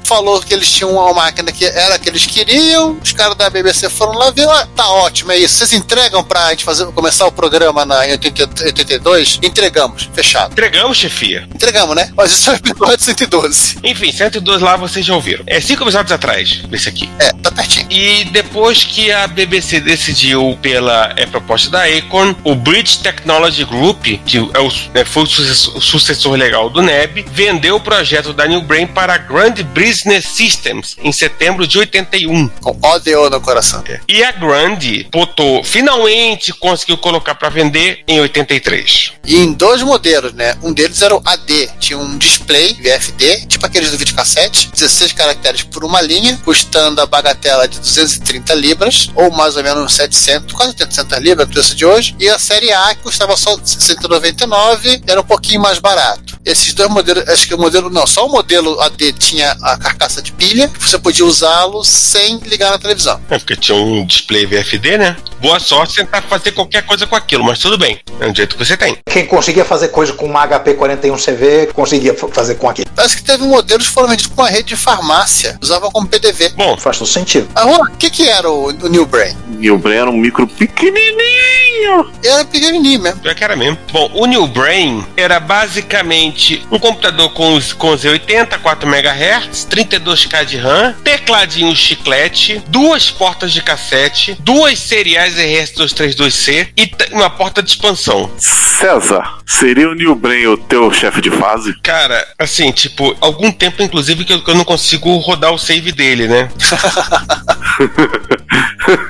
C: falou que eles tinham uma máquina que era a que eles queriam. Os caras da BBC foram lá ver, ah, tá ótimo, é isso. Vocês entregam pra gente fazer, começar o programa na, em 80 82? Entregamos, fechado.
H: Entregamos, chefia.
C: Entregamos, né? Mas isso é o [laughs] episódio 112.
H: Enfim, 102 lá vocês já ouviram. É cinco episódios atrás, esse aqui.
C: É, tá pertinho.
H: E depois que a BBC decidiu pela é, proposta da Acorn, o Bridge Technology Group, que é o, é, foi o sucessor, o sucessor legal do NEB, vendeu o projeto da New Brain para a Grand Business Systems em setembro de 81.
C: Com ódio no coração.
H: E a Grand botou, finalmente conseguiu colocar para vender em 83.
C: E em dois modelos, né? Um deles era o AD, tinha um display VFD, tipo aqueles do videocassete, 16 caracteres por uma linha, custando a bagatela de 230 libras, ou mais ou menos 700, quase 800 libras, o preço de hoje. E a série A, que custava só 199, era um pouquinho mais barato. Esses dois modelos, acho que o modelo, não, só o modelo AD tinha a carcaça de pilha, você podia usá-lo sem ligar na televisão.
H: É porque tinha um display VFD, né? Boa sorte tentar fazer qualquer coisa com aquilo, mas tudo bem. É um jeito que você tem.
F: Quem conseguia fazer coisa com uma HP41CV, conseguia f- fazer com aquilo.
C: Parece que teve modelos que foram vendidos com uma rede de farmácia, usavam como PDV.
H: Bom,
F: Faz todo sentido.
C: Ah, Juan, o que, que era o, o New Brain?
G: E o Bren era um micro pequenininho.
C: Era pequenininho mesmo.
H: Pior que era mesmo. Bom, o New Brain era basicamente um computador com, os- com Z80, 4 MHz, 32K de RAM, tecladinho chiclete, duas portas de cassete, duas séries Kaiser RS-232C e t- uma porta de expansão.
G: César, seria o Neil Brain o teu chefe de fase?
H: Cara, assim, tipo, algum tempo, inclusive, que eu, que eu não consigo rodar o save dele, né?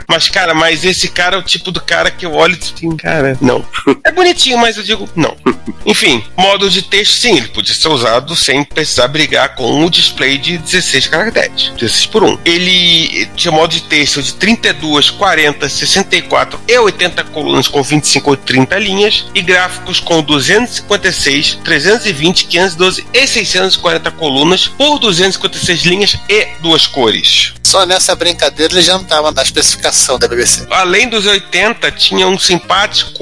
H: mas, cara, mas esse cara é o tipo do cara que eu olho e digo, assim, cara, não. É bonitinho, mas eu digo, não. Enfim, modo de texto, sim, ele podia ser usado sem precisar brigar com o display de 16 caracteres. 16 por 1. Ele tinha modo de texto de 32, 40, 64 e 80 colunas com 25 ou 30 linhas e gráficos com 256, 320, 512 e 640 colunas por 256 linhas e duas cores.
C: Só nessa brincadeira ele já não tava na especificação da BBC.
H: Além dos 80, tinha um simpático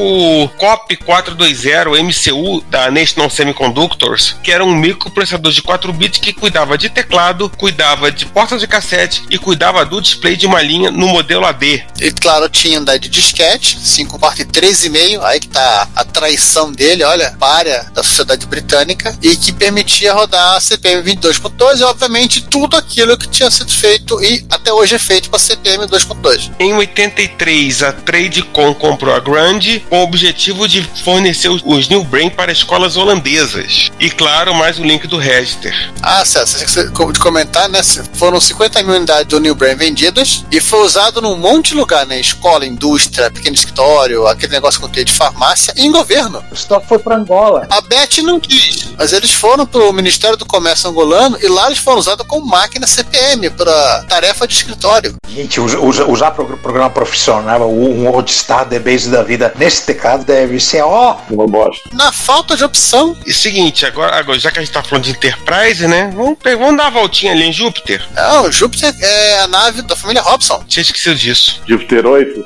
H: COP 420 MCU da National Semiconductors, que era um microprocessador de 4 bits que cuidava de teclado, cuidava de portas de cassete e cuidava do display de uma linha no modelo AD.
C: E claro, tinha andar de disquete, 5 parte 3,5, aí que tá a traição dele, olha, párea da sociedade britânica, e que permitia rodar a CPM 22.2 e obviamente tudo aquilo que tinha sido feito e até hoje é feito para CPM 2.2.
H: Em 83, a Tradecom comprou a Grande com o objetivo de fornecer os- os New Brain para escolas holandesas. E claro, mais o link do Register.
C: Ah, César, tinha que ser- co- de comentar, né? se- Foram 50 mil unidades do New Brand vendidas e foi usado num monte de lugar, né? Escola, indústria, pequeno escritório, aquele negócio que eu tenho de farmácia e em governo.
F: O estoque foi pra Angola.
C: A Beth não diz, mas eles foram pro Ministério do Comércio angolano e lá eles foram usados como máquina CPM para tarefa de escritório.
F: Gente, usa- usa- usar pro- programa profissional, um Worldstar, The Base da vida, nesse teclado deve ser, ó,
G: É Uma bosta.
C: Na falta de opção,
H: E seguinte, agora, agora, já que a gente tá falando de Enterprise, né? Vamos, pe- vamos dar uma voltinha ali em Júpiter.
C: não, Júpiter é a nave da família Robson.
H: Tinha esquecido disso.
G: Júpiter 8?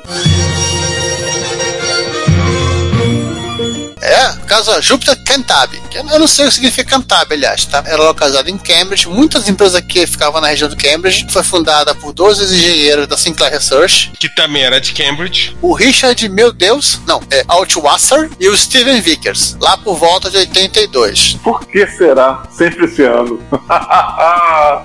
C: É, no caso ó, Júpiter Cantab. que Eu não sei o que significa Cantab, aliás, tá? Era localizada em Cambridge. Muitas empresas aqui ficavam na região de Cambridge. Foi fundada por 12 engenheiros da Sinclair Research.
H: Que também era de Cambridge.
C: O Richard, meu Deus, não, é Altwasser e o Steven Vickers, lá por volta de 82.
G: Por que será? Sempre esse ano. [laughs]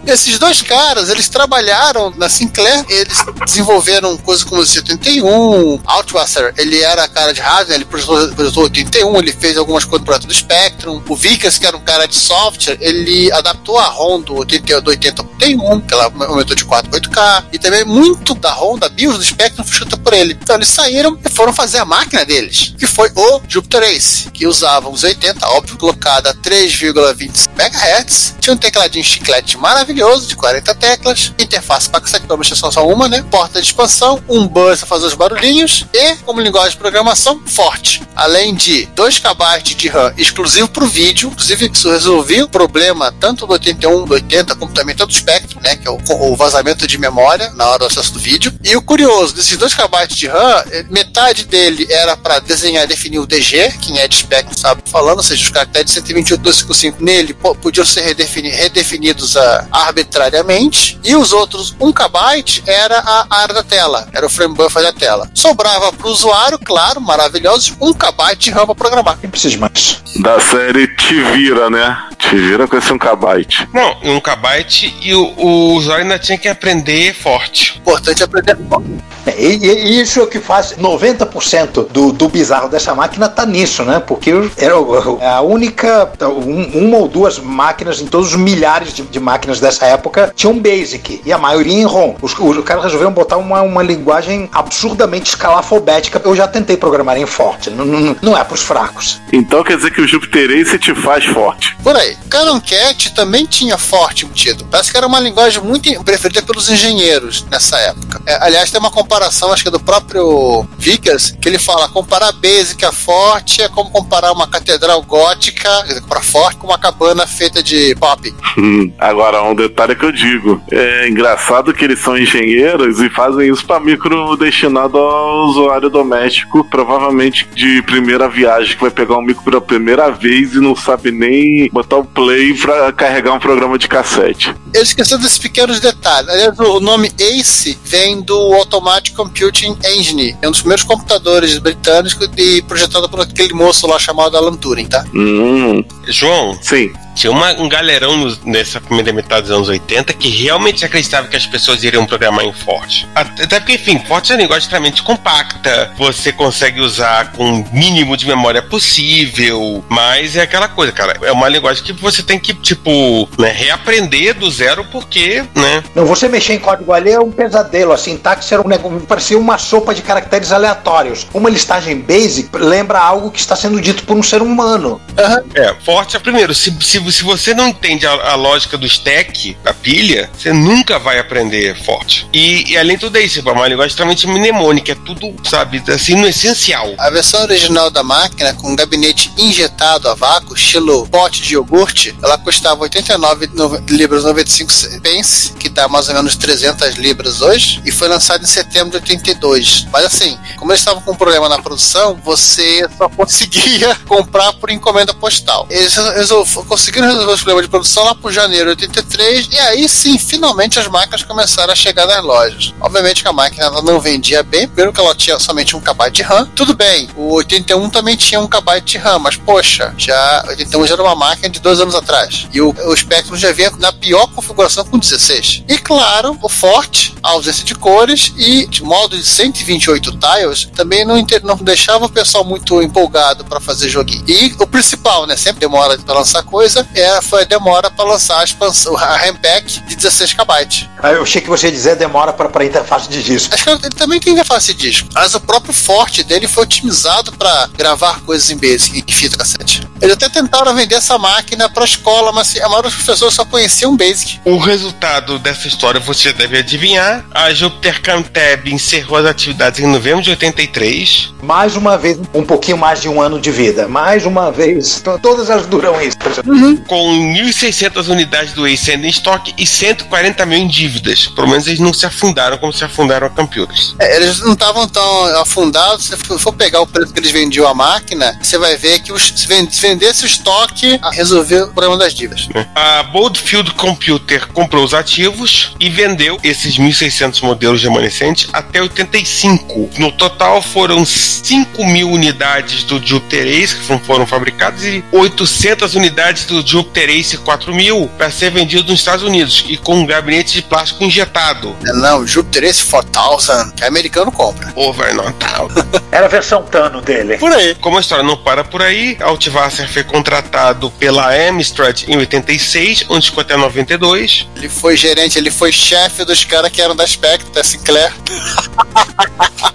C: Esses dois caras, eles trabalharam na Sinclair, eles desenvolveram coisas como o 71, Outwasser, ele era cara de hardware, ele produziu produziu o 81, ele fez algumas coisas para do Spectrum, o Vickers, que era um cara de software, ele adaptou a ROM do 80 do 80 ao 81, que ela aumentou de 4 para 8K, e também muito da ROM, da BIOS, do Spectrum, foi escrita por ele. Então eles saíram e foram fazer a máquina deles, que foi o Jupiter Ace, que usava os 80, óbvio, colocada a 3,25 MHz, tinha um tecladinho chiclete maravilhoso, de 40 teclas, interface para 7 para mexer só só uma, né? Porta de expansão, um buzz para fazer os barulhinhos e, como linguagem de programação, forte. Além de 2 KB de RAM exclusivo para o vídeo, inclusive isso resolvia o problema tanto do 81, do 80, como também todo o espectro, né? Que é o, o vazamento de memória na hora do acesso do vídeo. E o curioso, desses 2 KB de RAM, eh, metade dele era para desenhar e definir o DG, quem é de espectro sabe falando, ou seja, os caracteres de 128, 255 nele po- podiam ser redefini- redefinidos ah, arbitrariamente. E os outros 1 KB era a área da tela, era o frame buffer da tela. Sobrava para o usuário, claro, maravilhoso, 1 KB de RAM para programar.
F: não precisa mais.
G: Da série Te Vira, né? Te Vira com esse 1kb.
H: Não, um KB e o, o usuário ainda tinha que aprender forte.
C: Importante aprender
F: É, E, e- e isso é o que faz 90% do, do bizarro dessa máquina tá nisso, né? Porque era o- a única, um- uma ou duas máquinas em todos os milhares de, de máquinas dessa época tinham Basic e a maioria em ROM. Os, os caras resolveram botar uma, uma linguagem absurdamente escalafobética. Eu já tentei programar em Forte, não, não, não é pros fracos.
G: Então quer dizer que o Júpiter Ace te faz forte.
C: Por aí. Canon Cat também tinha forte embutido. Parece que era uma linguagem muito preferida pelos engenheiros nessa época. É, aliás, tem uma comparação, acho que é do próprio Vickers, que ele fala: comparar Basic a forte é como comparar uma catedral gótica, para forte, com uma cabana feita de pop.
G: Hum, Agora, um detalhe que eu digo: é engraçado que eles são engenheiros e fazem isso para micro destinado ao usuário doméstico, provavelmente de primeira viagem, que vai pegar um micro pela primeira vez e não sabe nem botar o play para carregar um programa de cassete.
C: Ele esqueceu desses pequenos detalhes. Aliás, o nome ACE vem do Automatic Computing Engine. É um dos primeiros computadores britânicos e projetado por aquele moço lá chamado Alan Turing, tá?
G: Hum,
H: João,
G: sim.
H: Tinha uma- um galerão nos- nessa primeira metade dos anos 80 que realmente acreditava que as pessoas iriam programar em Forte. Até até porque, enfim, Forte é uma linguagem extremamente compacta, você consegue usar com o mínimo de memória possível, mas é aquela coisa, cara, é uma linguagem que você tem que, tipo, né, reaprender do zero porque, né,
F: Não, você mexer em código ali é um pesadelo. A sintaxe era um negócio, parecia uma sopa de caracteres aleatórios. Uma listagem basic lembra algo que está sendo dito por um ser humano.
H: É, forte é primeiro. Se, se, se você não entende a, a lógica do stack, da pilha, você nunca vai aprender forte. E, e além de tudo isso, é uma linguagem extremamente mnemônica, é tudo, sabe, assim, no essencial.
C: A versão original da máquina, com um gabinete injetado a vácuo, estilo pote de iogurte, ela custava 89 no- libras 95 pence, que dá mais ou menos 300 libras hoje, e foi lançada em setembro de 82. Mas assim, como eles estavam com um problema na produção, você só conseguia [laughs] comprar por encomenda postal. Eles resol- conseguiram resolver os problemas de produção lá por janeiro de 83, e aí sim, finalmente as máquinas começaram a chegar nas lojas. Obviamente que a máquina ela não vendia bem, primeiro que ela tinha somente um KB de RAM. Tudo bem, o 81 também tinha um KB de RAM, mas poxa, já 81 já era uma máquina de dois anos atrás. E o, o Spectrum já vinha na pior configuração com 16. E claro, o forte, a ausência de cores e de modo de 128 tiles também não, inte- não deixava o pessoal muito empolgado para fazer joguinho. E o principal, né? Sempre demora para lançar coisa, é, foi a demora para lançar a expansão, a RAM pack de 16 KB.
F: Ah, Eu achei que você ia dizer demora para interface de disco.
C: Acho que ele também tem interface de disco, mas o próprio forte dele foi otimizado para gravar coisas em Basic, em fita cassete. Eles até tentaram vender essa máquina para escola, mas assim, a maioria dos professores só conheciam Basic.
H: O resultado dessa história você já deve adivinhar. A Jupiter Camtab encerrou as atividades em novembro de 83.
F: Mais uma vez, um pouquinho mais de um ano de vida. Mais uma vez. To- Todas elas duram isso.
H: Com 1.600 unidades do Ace sendo em estoque e 140 mil em dívidas. Pelo menos eles não se afundaram como se afundaram a Computers.
C: É, eles não estavam tão afundados. Se for for pegar o preço que eles vendiam a máquina, você vai ver que os, se ven- se vendesse o estoque, ah, resolveu o problema das dívidas.
H: A Boldfield Computer comprou os ativos e vendeu esses 1.600 modelos remanescentes até 85. No total foram 5 mil unidades do Jupiter Ace que foram fabricadas e 800 unidades do Jupiter Ace 4000 para ser vendido nos Estados Unidos e com um gabinete de plástico injetado.
C: É, Não, Jupiter Ace 4000, que americano compra.
H: Over not out.
F: Era a versão Tano dele.
H: É Por aí. tá. Como a história não para por aí, Altvasser foi contratado pela Amstrad em 86, onde ficou até 92.
C: Ele foi gerente, ele foi chefe dos caras que eram da Spectre, da Sinclair.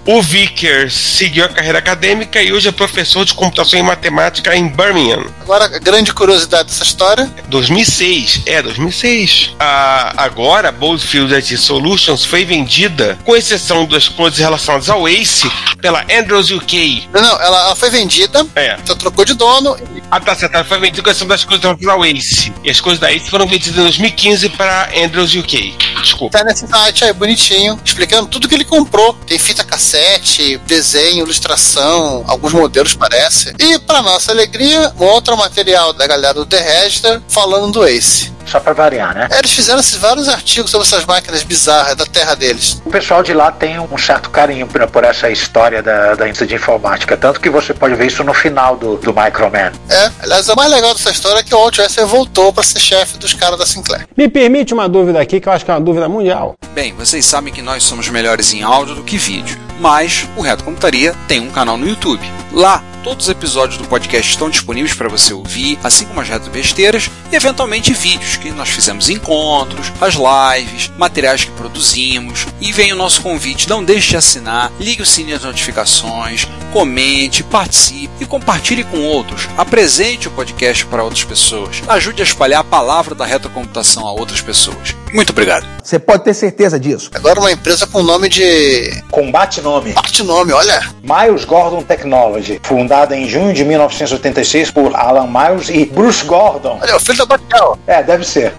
H: O Vickers seguiu a carreira acadêmica e hoje é professor de computação e matemática em Birmingham.
C: Agora, a grande curiosidade dessa história
H: 2006, é 2006. A, agora, a Boldfield IT Solutions foi vendida, com exceção das coisas relacionadas ao Ace, pela Andrews UK.
C: Não, não, ela, ela foi vendida.
H: É.
C: Só trocou de dono.
H: Ah, tá certo. Ela foi vendida com exceção das coisas relacionadas ao Ace. E as coisas da Ace foram vendidas em 2015 para Andrews UK. Desculpa.
C: Tá nesse site aí, bonitinho, explicando tudo que ele comprou. Tem fita cassete, desenho, ilustração, alguns modelos, parece. E, pra nossa alegria, um outro material da galera do The Register falando do Ace.
L: Só pra variar, né?
C: Eles fizeram esses vários artigos sobre essas máquinas bizarras da terra deles.
L: O pessoal de lá tem um certo carinho pra- por essa história da, da indústria de informática. Tanto que você pode ver isso no final do, do Microman.
C: É, aliás, o mais legal dessa história é que o Walt Wesser voltou pra ser chefe dos caras da Sinclair.
M: Me permite uma dúvida aqui, que eu acho que é uma dúvida mundial.
N: Bem, vocês sabem que nós somos melhores em áudio do que vídeo, mas o Reto Computaria tem um canal no YouTube. Lá, todos os episódios do podcast estão disponíveis para você ouvir, assim como as reto besteiras e eventualmente vídeos que nós fizemos encontros, as lives, materiais que produzimos. E vem o nosso convite, não deixe de assinar, ligue o sininho das notificações, comente, participe e compartilhe com outros. Apresente o podcast para outras pessoas. Ajude a espalhar a palavra da retrocomputação a outras pessoas. Muito obrigado.
C: Você pode ter certeza disso. Agora uma empresa com nome de.
F: Combate nome.
C: Combate nome, olha.
F: Miles Gordon Technology, fundada em junho de 1986 por Alan Miles e Bruce Gordon.
C: Olha, o filho da Bacal.
F: É, deve ser.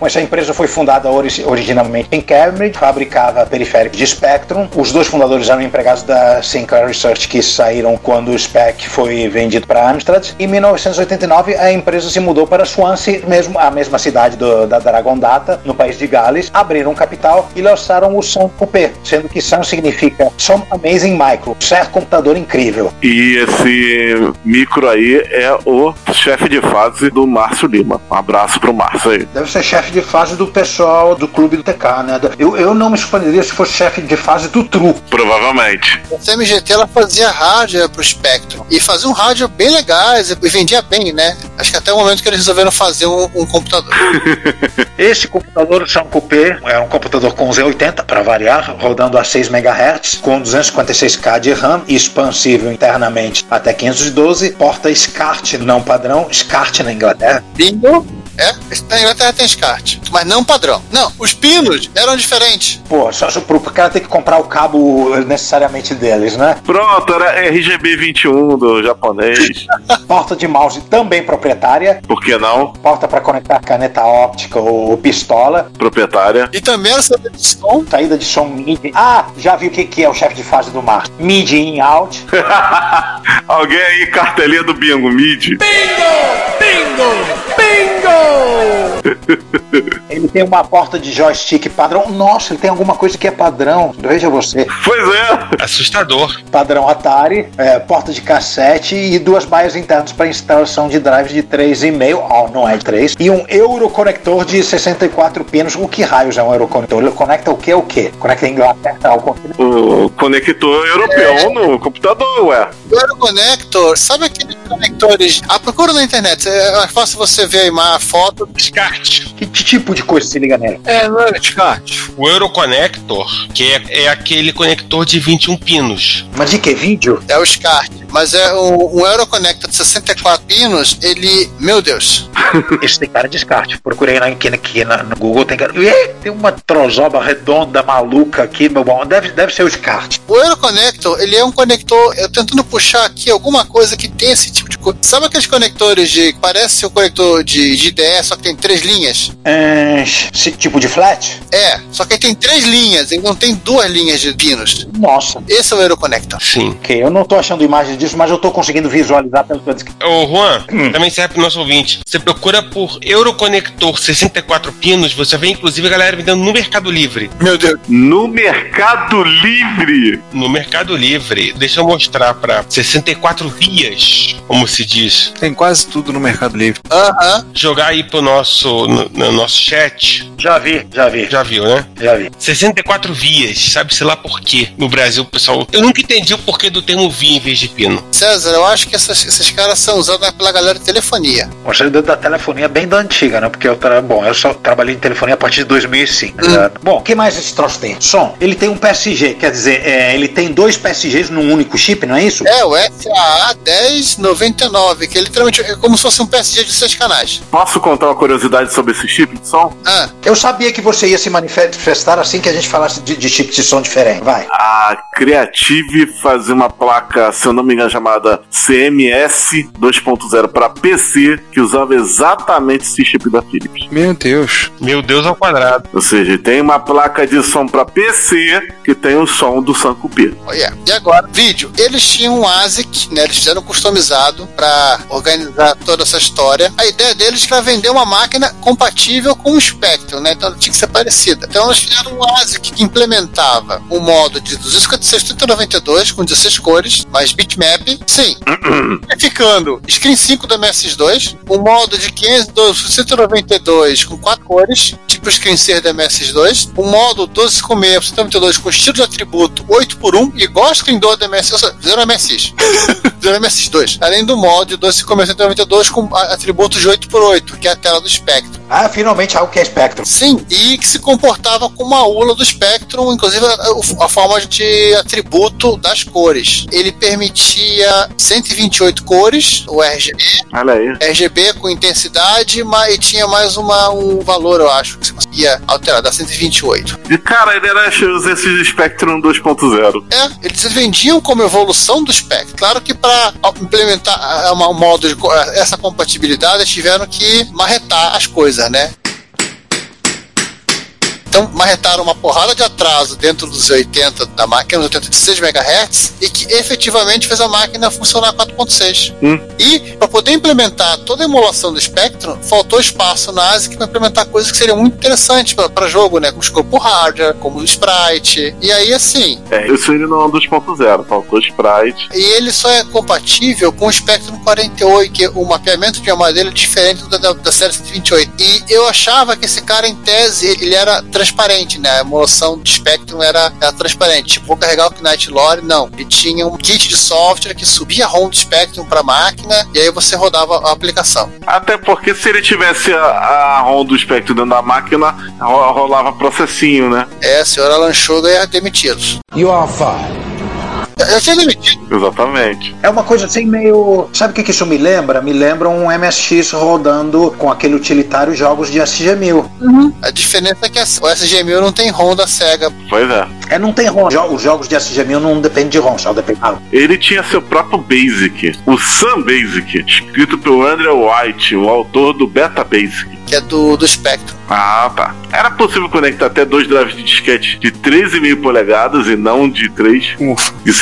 F: Mas a empresa foi fundada ori- originalmente em Cambridge, fabricava periféricos de Spectrum. Os dois fundadores eram empregados da Sinclair Research que saíram quando o SPEC foi vendido para Amstrad. Em 1989 a empresa se mudou para Swansea, mesmo a mesma cidade do- da Dragon Data, no país de Gales. Abriram capital e lançaram o Sun Coupé, sendo que Sun significa Some Amazing Micro, ser computador incrível.
G: E esse micro aí é o chefe de fase do Márcio Lima. Um abraço pro Márcio aí.
F: Deve ser chefe de fase do pessoal do clube do TK, né? Eu, eu não me surpreenderia se fosse chefe de fase do Tru.
G: Provavelmente.
C: A CMGT ela fazia rádio pro Spectrum. E fazia um rádio bem legais e vendia bem, né? Acho que até o momento que eles resolveram fazer um, um computador.
L: Esse computador Chão Coupé
F: É um computador com Z80, para variar, rodando a 6 MHz, com 256K de RAM, expansível internamente até 512, porta SCART não padrão, SCART na Inglaterra.
C: Bingo. É, na Inglaterra tem SCART, mas não padrão. Não, os pinos eram diferentes.
F: Pô, só se pro cara ter que comprar o cabo necessariamente deles, né?
G: Pronto, era RGB 21 do japonês.
F: Porta de mouse também proprietária,
G: Por que não?
F: porta para conectar caneta óptica ou pistola,
G: Proprietária.
C: E também era saída de som.
F: Saída de som MIDI. Ah, já vi o que, que é o chefe de fase do mar. MIDI in out.
G: Alguém aí, cartelinha do bingo, mid.
A: Bingo! Bingo!
F: Ele tem uma porta de joystick padrão. Nossa, ele tem alguma coisa que é padrão. Veja você.
G: Pois é.
H: Assustador.
F: Padrão Atari, é, porta de cassete e duas baias internas para instalação de drives de 3,5. Oh, não é 3. E um euroconector de 64 pinos. O que raios é um euroconector? Ele conecta o que ao que? Conecta a Inglaterra tá, ao continente.
G: O conector europeu no computador, ué.
C: Agora o conector, sabe aqueles conectores? Ah, procura na internet, é mais fácil você ver aí uma foto.
H: Descarte.
F: Que tipo de coisa se liga nele?
H: É, não é descarte. O Euroconnector, que é, é aquele conector de 21 pinos.
F: Mas de que vídeo?
C: É o SCART. Mas é o, um Euroconnector de 64 pinos, ele. Meu Deus!
L: Esse tem cara de descarte. Procurei na, aqui, aqui na- no Google, tem cara. Ih, tem uma trozoba redonda maluca aqui, meu bom. Deve, deve ser o descarte.
C: O Euroconnector, ele é um conector. Eu tentando puxar aqui alguma coisa que tem esse tipo de coisa. Sabe aqueles conectores de. Parece um conector de, de IDE, só que tem três linhas?
F: É, esse tipo de flat?
C: É, só que ele tem três linhas, ele não tem duas linhas de pinos.
F: Nossa.
C: Esse é o Euroconnector.
H: Sim.
F: Ok, eu não tô achando imagens disso, mas eu tô conseguindo visualizar pelo que eu disse.
H: Ô, Juan, também serve pro nosso ouvinte. Você procura por Euroconector 64 pinos, você vê inclusive a galera vendendo no Mercado Livre.
C: Meu Deus.
G: No Mercado Livre.
H: No Mercado Livre. Deixa eu mostrar pra 64 vias, como se diz.
N: Tem quase tudo no Mercado Livre.
C: Aham.
H: Jogar aí pro nosso, no, no nosso chat.
L: Já vi, já vi,
H: Já viu, né?
L: já vi.
H: 64 vias, sabe-se lá por quê. No Brasil, pessoal, eu nunca entendi o porquê do termo via em vez de pino.
C: César, eu acho que essas- esses caras são usados pela galera de telefonia.
L: Você da telefonia bem da antiga, né? Porque eu, tra... bom, eu só trabalhei em telefonia a partir de 2005. né?
F: Bom, o Hum. que mais esse troço tem? Som. Ele tem um PSG, quer dizer, é, ele tem dois PSGs num único chip, não é isso?
C: É o SAA 1099, que é literalmente é como se fosse um PSG de seis canais.
G: Posso contar uma curiosidade sobre esse chip de som?
C: Ah,
F: Eu sabia que você ia se manifestar assim que a gente falasse de, de chip de som diferente. Vai.
G: A Creative fazia uma placa, se eu não me engano, chamada CMS 2.0 para PC, que usava exatamente esse chip da Philips.
N: Meu Deus.
H: Meu Deus ao quadrado.
G: Ou seja, tem uma placa de som para PC que tem o som do Sankupê.
C: olha. Oh, E agora, vídeo. Eles tinham um ASIC, né? Eles fizeram um customizado pra organizar toda essa história. A ideia deles era vender uma máquina compatível com o Spectrum, né? Então ela tinha que ser parecida. Então eles fizeram um ASIC que implementava o modo de 256 3092 com 16 cores, mais bitmap. Sim, ficando Screen 5 do MS2, um modo de 592 com 4 cores, tipo Screen 6 do MS2, um modo 1256 192 com estilo de atributo 8x1, igual ao Screen 2 do MS, ou seja, fizeram [laughs] MSX. fizeram MSX2. Além do modo de 1256 192 com a- atributos de 8x8, que é a tela do Spectrum.
F: Ah, finalmente algo que é Spectrum.
C: Sim, e que se comportava como a ULA do Spectrum, inclusive a, a forma de atributo das cores. Ele permitia 128 cores, o RGB,
G: Olha
C: É,
G: aí.
C: RGB com intensidade mas, e tinha mais uma, um valor, eu acho, que você conseguia alterar, dá 128.
G: E cara, ele era esse Spectrum 2.0.
C: É, eles vendiam como evolução do Spectrum. Claro que para implementar ah, uma- um modo de co- essa compatibilidade, eles tiveram que marretar as coisas, né? Então, marretaram uma porrada de atraso dentro dos 80 da máquina, dos 86 MHz, e que efetivamente fez a máquina funcionar 4.6.
G: Hum.
C: E, para poder implementar toda a emulação do Spectrum, faltou espaço na ASIC para implementar coisas que seriam muito interessantes para jogo, né? Como escopo hardware, como sprite. E aí, assim,
G: É, isso ele não é um 2.0, faltou sprite.
C: e ele só é compatível com o Spectrum 48, que é o mapeamento de memória dele é diferente do da, da série 128. E eu achava que esse cara, em tese, ele era transparente, né? A emulação do Spectrum era, era transparente. Tipo, vou carregar o Knight Lore, não. Ele tinha um kit de software que subia a ROM do Spectrum para máquina e aí você rodava a aplicação.
G: Até porque se ele tivesse a, a ROM do espectro dentro da máquina, ro- rolava processinho, né?
C: É, a senhora Lanchuga ia demitidos.
G: E o Alpha?
C: Eu tinha demitido.
G: Exatamente.
F: É uma coisa assim meio. Sabe o que, que isso me lembra? Me lembra um MSX rodando com aquele utilitário jogos de SG-1000.
C: A diferença é que a- o SG-1000 não tem ROM da SEGA.
G: Pois é.
F: É, não tem ROM. Jo- Os jogos de SG-1000 não dependem de ROM, só depende. Ah,
G: Ele tinha seu próprio Basic, o Sun Basic, escrito pelo Andrew White, o autor do Beta Basic.
C: Que é do, do Spectrum.
G: Ah, tá. Era possível conectar até dois drives de disquete de 13.000 polegadas e não de 3, de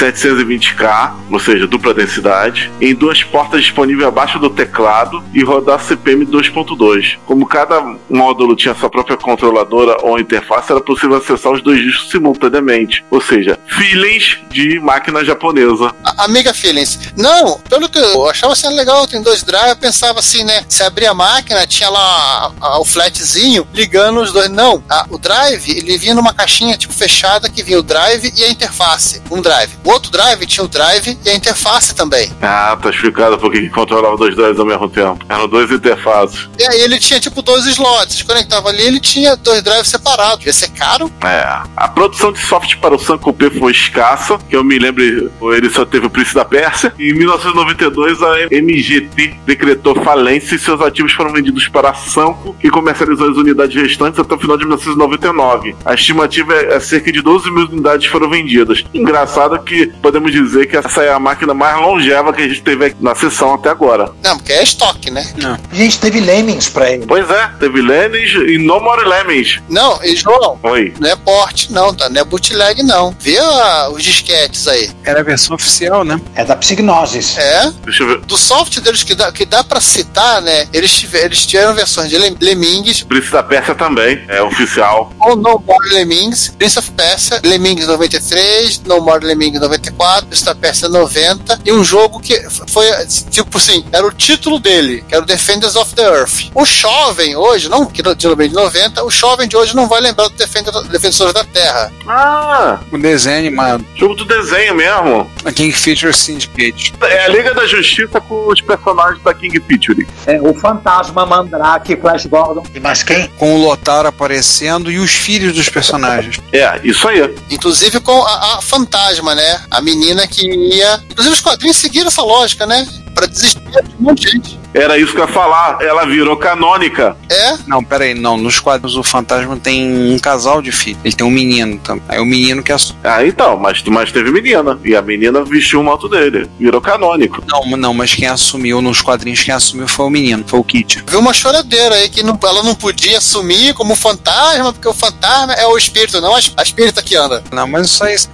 G: 720K, ou seja, dupla densidade, em duas portas disponíveis abaixo do teclado e rodar CPM 2.2. Como cada módulo tinha sua própria controladora ou interface, era possível acessar os dois discos simultaneamente, ou seja, feelings de máquina japonesa.
C: A- Amiga Feelings. Não, pelo que eu achava sendo legal, tem dois drive, eu pensava assim, né? Se abrir a máquina, tinha lá a- a- o flatzinho ligando os dois. Não, a- o drive, ele vinha numa caixinha tipo fechada que vinha o drive e a interface. Um drive. O outro drive tinha o drive e a interface também.
G: Ah, tá explicado por que que controlava dois drives ao mesmo tempo. Eram dois interfaces.
C: E aí ele tinha tipo dois slots. Conectava ali, ele tinha dois drives separados. Ia ser caro.
G: É. A produção de software para o Sankopé foi escassa, que eu me lembro, ele só teve o Príncipe da Pérsia. Em 1992, a MGT decretou falência e seus ativos foram vendidos para a Sanko, que comercializou as unidades restantes até o final de 1999. A estimativa é é cerca de 12 mil unidades foram vendidas. Engraçado que podemos dizer que essa é a máquina mais longeva que a gente teve aqui na sessão até agora.
C: Não, porque é estoque, né?
N: Não.
F: Gente, teve Lemmings pra ele.
G: Pois é, teve Lemmings e No More Lemmings.
C: Não, e João,
G: Oi.
C: não é porte, não, tá? Não é bootleg, não. Vê ah, os disquetes aí.
N: Era a versão oficial, né?
F: É da Psygnosis.
C: É.
G: Deixa eu ver.
C: do software deles que dá, que dá pra citar, né? Eles, tive- eles tiveram versões de Lem- Lemmings,
G: Príncipe da Pérsia também, é oficial.
C: ou No More Lemmings, Prince of Persia, Lemmings 93, No More Lemmings 94, Prince of Persia 90, e um jogo que f- foi, tipo assim, era o título dele, que era o Defenders of the Earth. O jovem hoje, não que de 90, o jovem de hoje não vai lembrar do Defender, Defensores da Terra.
G: Ah!
N: O desenho, mano.
G: Jogo do desenho mesmo.
N: A King Feature Syndicate.
G: É a Liga da Justiça com os personagens da King Picture.
F: É, o Fantasma Mandrake, Flash Gordon.
L: E mais quem?
N: Com o Lotar aparecendo e os filhos dos personagens.
G: É, isso aí.
C: Inclusive com a, a fantasma, né? A menina que ia. Inclusive os quadrinhos seguiram essa lógica, né? Pra desistir de um monte de gente.
G: Era isso que eu ia falar. Ela virou canônica.
C: É?
N: Não, peraí, não. Nos quadros o fantasma tem um casal de filhos. Ele tem um menino também. Aí o menino que é.
G: Ah, então, mas, mas teve menina. E a menina vestiu o manto dele. Virou canônico.
N: Não, não, mas quem assumiu nos quadrinhos, quem assumiu foi o menino, foi o Kit.
C: Viu uma choradeira aí que não- ela não podia sumir como fantasma, porque o fantasma é o espírito, não a, a espírita que anda.
N: Não, mas só isso.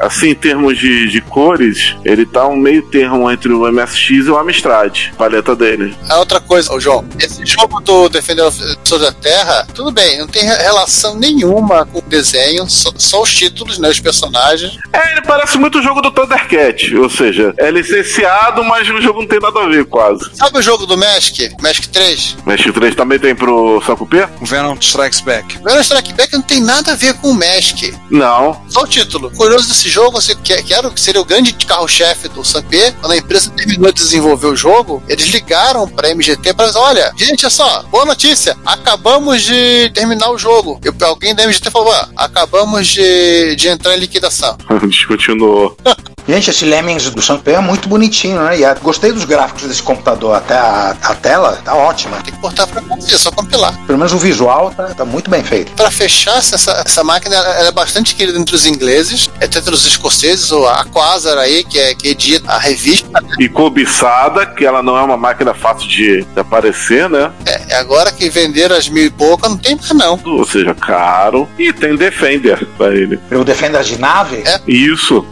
G: Assim, em termos de, de cores, ele tá um meio termo entre o MSX e o Amstrad. Paleta dele.
C: É outra coisa, ô João. Esse jogo do Defender of Pessoas da Terra, tudo bem, não tem re- relação nenhuma com o desenho, só, só os títulos, né? Os personagens.
G: É, ele parece muito o jogo do Thundercat. Ou seja, é licenciado, mas o jogo não tem nada a ver, quase.
C: Sabe o jogo do Mask? Mask 3?
G: Mesh 3 também tem pro Sacupê?
N: O Venom Strikes Back.
C: O Venom Strike Back não tem nada a ver com o Mask.
G: Não. [laughs]
C: Só o título. Curioso desse jogo, assim, que, que era, o- que seria o grande carro-chefe do Sampê, quando a empresa terminou de desenvolver o jogo, eles ligaram pra MGT para dizer, olha, gente, olha só, boa notícia, acabamos de terminar o jogo. E alguém da MGT falou, "Ah, acabamos de, de entrar em liquidação.
G: Descontinuou.
F: Gente, esse Lemmings do Sanpei é muito bonitinho, né? E é- gostei dos gráficos desse computador. Até a, a tela tá ótima.
C: Tem que portar pra você, é só compilar.
F: Pelo menos o visual tá, tá muito bem feito.
C: Pra fechar, essa, essa máquina ela ela é bastante querida entre os ingleses, até entre os escoceses, ou a Quasar aí, que, é, que edita a revista.
G: E cobiçada, que ela não é uma máquina fácil de, de aparecer, né?
C: É, agora que venderam as mil e pouca, não tem mais não.
G: Ou seja, caro. E tem Defender pra ele.
F: O Defender de nave?
C: É.
G: Isso.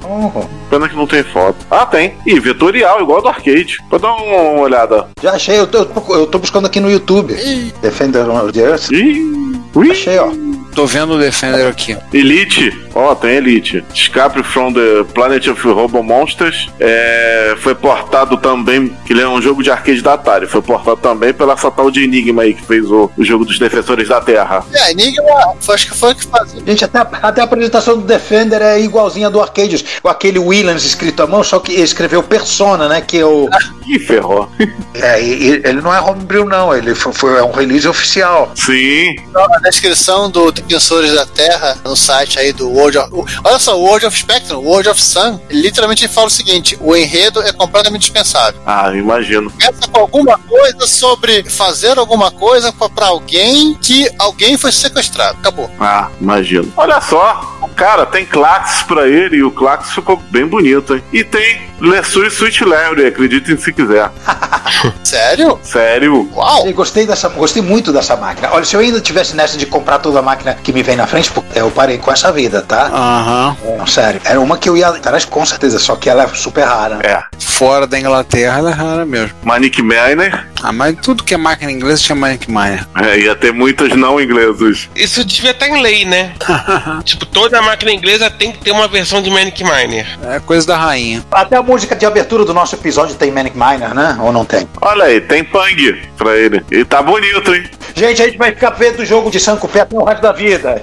G: Pena que não tem foto. Ah, tem. E vetorial, igual do arcade. Pra dar uma olhada.
F: Já achei, eu tô, eu tô- eu tô buscando aqui no YouTube. Defender of the Earth. Achei, ó.
N: Tô vendo o Defender aqui.
G: Elite, ó, tem Elite. Escape from the Planet of Robo Monsters. É, foi portado também, que ele é um jogo de arcade da Atari. Foi portado também pela essa tal de Enigma aí, que fez o, o jogo dos Defensores da Terra.
C: É, Enigma, foi- acho que foi o que fazia.
F: Gente, até, até a apresentação do Defender é igualzinha a do Arcades. Com aquele Williams escrito à mão, só que ele escreveu Persona, né? Que eu.
G: Ih, ferrou.
L: É, e- e- ele não é homebrew, não. Ele foi, foi- é um release oficial.
G: Sim.
C: Na descrição do Defensores da Terra, no site aí do World of. o- Olha só, World of Spectrum, World of Sun, literalmente ele fala o seguinte: o enredo é completamente dispensável.
G: Ah, imagino.
C: Começa com alguma coisa sobre fazer alguma coisa pra pra alguém que alguém foi sequestrado. Acabou.
G: Ah, imagino. Olha só, cara, tem Clax pra ele e o Clax ficou bem bonito, hein? E tem Lessui Sweet Larry, acreditem se quiser.
C: Sério?
G: Sério?
C: Uau!
F: Eu gostei, dessa, gostei muito dessa máquina. Olha, se eu ainda tivesse nessa de comprar toda a máquina que me vem na frente, pô, eu parei com essa vida, tá?
E: Ah.
N: Aham.
F: Não, sério. Era uma que eu ia atrás com certeza, só que ela é super rara.
G: É.
N: Fora da Inglaterra, ela é rara mesmo.
G: Manic Miner.
N: Ah, mas tudo que é máquina inglesa chama Manic Miner.
G: É, ia ter muitas não inglesas.
H: Isso devia estar em lei, [laughs] né? tipo, toda máquina inglesa tem que ter uma versão de Manic Miner.
N: É coisa da rainha.
F: Até a música de abertura do nosso episódio tem Manic Miner, né? Ou não tem?
G: Olha aí, tem Pang pra ele. E tá bonito, hein? [laughs]
F: Gente, a gente vai ficar vendo o jogo de Sankupé até o resto da vida.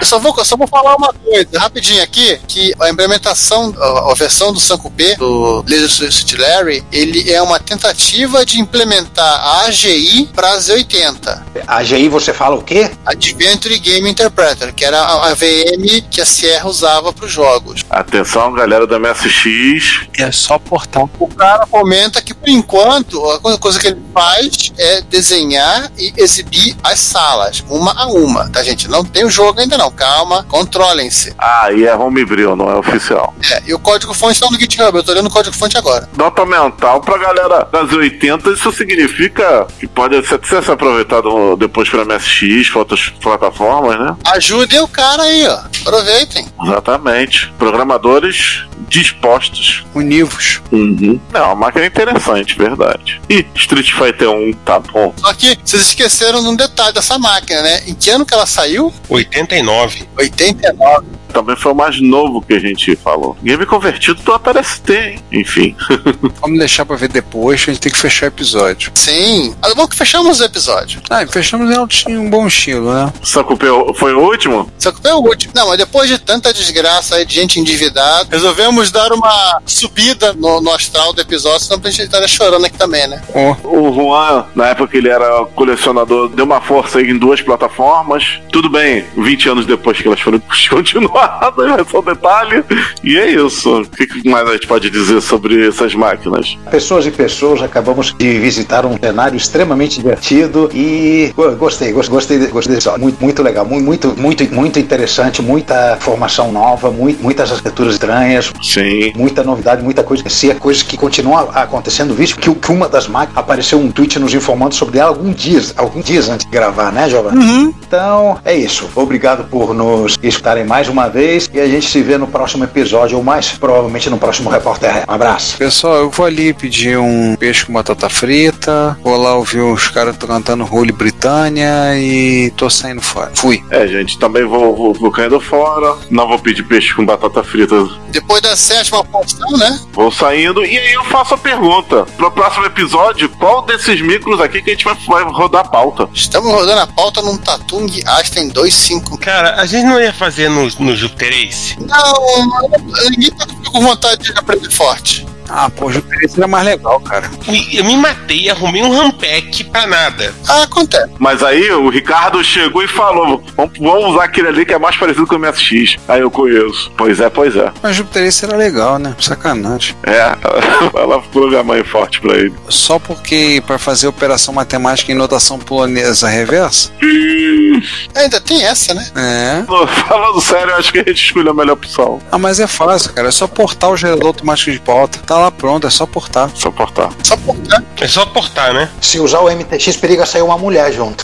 C: Eu só vou, eu só vou falar uma coisa rapidinho aqui, que a implementação, a, a versão do Sankupé, do Laser Suit Larry, ele é uma tentativa de implementar a AGI para Z80.
F: a GI você fala o quê?
C: Adventure Game Interpreter, que era a a VM que a Sierra usava para os jogos.
G: Atenção, galera do MSX.
N: É só portar.
C: O cara comenta que, por enquanto, a co- coisa que ele faz é desenhar e exibir as salas, uma a uma, tá, gente? Não tem o jogo ainda não, calma, controlem-se.
G: Ah, e é homebrew, não é oficial.
C: É, e o código-fonte está no GitHub, eu tô olhando o código-fonte agora.
G: Nota mental pra galera das 80, isso significa que pode ser, ser aproveitado depois pra MSX, outras plataformas, né?
C: Ajudem o cara aí, ó. Aproveitem.
G: Exatamente. Programadores dispostos.
N: Univos.
G: Uhum. Não, a máquina é interessante, verdade. E Street Fighter 1, tá bom.
C: Só que vocês esqueceram de um detalhe dessa máquina, né? Em que ano que ela saiu?
H: 89.
C: 89.
G: Também foi o mais novo que a gente falou. Game convertido do Atari ST, hein? Enfim. [laughs]
N: Vamos deixar pra ver depois, a gente tem que fechar o episódio.
C: Sim. Ah, Bom que fechamos o episódio.
N: Ah, e fechamos em um, chi- um bom estilo, né?
G: Sacupé foi o último?
C: Só que foi o último. Não, mas depois de tanta desgraça aí de gente endividada, resolvemos dar uma subida no, no astral do episódio, senão a gente estaria chorando aqui também, né?
G: O Juan, na época que ele era colecionador, deu uma força aí em duas plataformas. Tudo bem, 20 anos depois que elas foram [laughs] descontinuadas, é só um detalhe. E é isso. O que que mais a gente pode dizer sobre essas máquinas?
F: Pessoas e pessoas, acabamos de visitar um cenário extremamente divertido e pô, gostei, gos- gostei, de- gostei desse áudio. muito, muito legal, mu- muito, muito, muito interessante, muita formação nova, mui- muitas arquiteturas estranhas,
G: Sim.
F: muita novidade, muita coisa que se é coisa que continua acontecendo, visto que, que uma das máquinas apareceu um tweet nos informando sobre ela algum dia, algum dia antes de gravar, né, Giovanni? Então é isso. Obrigado por nos escutarem mais uma vez e a gente se vê no próximo episódio ou mais provavelmente no próximo Repórter. Ré. Um abraço.
N: Pessoal, eu vou ali pedir um peixe com batata frita. Vou lá ouvir os caras cantando Role Britânia e tô saindo fora. Fui.
G: É, gente, também vou, vou, vou caindo fora. Não vou pedir peixe com batata frita
C: Depois da sétima porção, né?
G: Vou saindo e aí eu faço a pergunta. Pro próximo episódio, qual desses micros aqui que a gente vai, vai rodar a pauta?
C: Estamos rodando a pauta num Tatung Aston 25.
H: Cara, a gente não ia fazer no, no Júpiter é Ace?
C: Não, ninguém tá com vontade de aprender forte.
N: Ah, pô, Jupiter era mais legal, cara.
H: Me- Eu me matei, arrumei um rampec pra nada.
C: Ah, acontece.
G: Mas aí o Ricardo chegou e falou: vamos, vamos usar aquele ali que é mais parecido com o MSX. Aí eu conheço. Pois é, pois é.
N: Mas Júpiter esse era legal, né? Sacanagem.
G: É, [laughs] ela ficou minha mãe forte pra ele.
N: Só porque pra fazer operação matemática em notação polonesa reversa?
C: Ainda tem essa, né?
N: É.
G: Não, Falando sério, eu acho que a gente escolheu a melhor opção.
N: Ah, mas é fácil, cara. É só portar o gerador automático de pauta. Tá lá pronto, é só portar.
G: Só portar.
C: Só portar.
H: É só portar, né?
F: Se usar o MTX, periga sair uma mulher junto.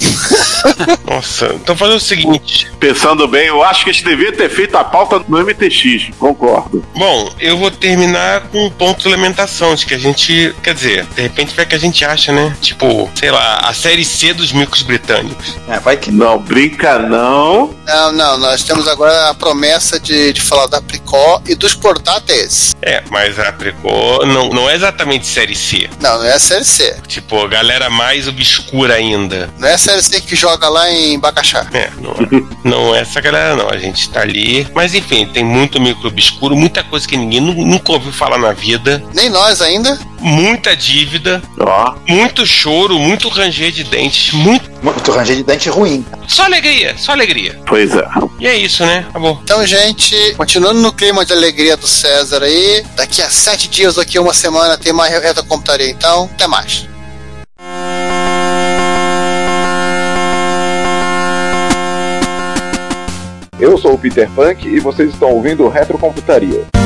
H: Nossa, então fazendo o seguinte.
G: Pensando bem, eu acho que a gente devia ter feito a pauta no MTX, concordo.
H: Bom, eu vou terminar com um ponto de lamentação, de que a gente. Quer dizer, de repente vai que a gente acha, né? Tipo, sei lá, a série C dos micos britânicos.
F: É, vai que.
G: Não, brinca não.
C: Não, não, nós temos agora a promessa de, de falar da Pricó e dos portáteis.
H: É, mas a Precô não, não é exatamente série C.
C: Não, não é a série C.
H: Tipo, a galera mais obscura ainda.
C: Não é a série C que joga lá em Bacaxá.
H: É, não é, não é essa galera, não. A gente tá ali. Mas enfim, tem muito micro obscuro, muita coisa que ninguém nu- nunca ouviu falar na vida,
C: Nem nós ainda.
H: muita dívida,
G: Ó,
H: muito choro, muito ranger de dentes, muito.
F: Muito ranger de dente ruim.
H: Só alegria, só alegria.
G: pois é.
H: E é isso, né? Acabou.
C: Então, gente, continuando no clima de alegria do César aí, daqui a sete dias, daqui a uma semana, tem mais reta computaria. Então, até mais.
O: Eu sou o Peter Punk e vocês estão ouvindo Retrocomputaria.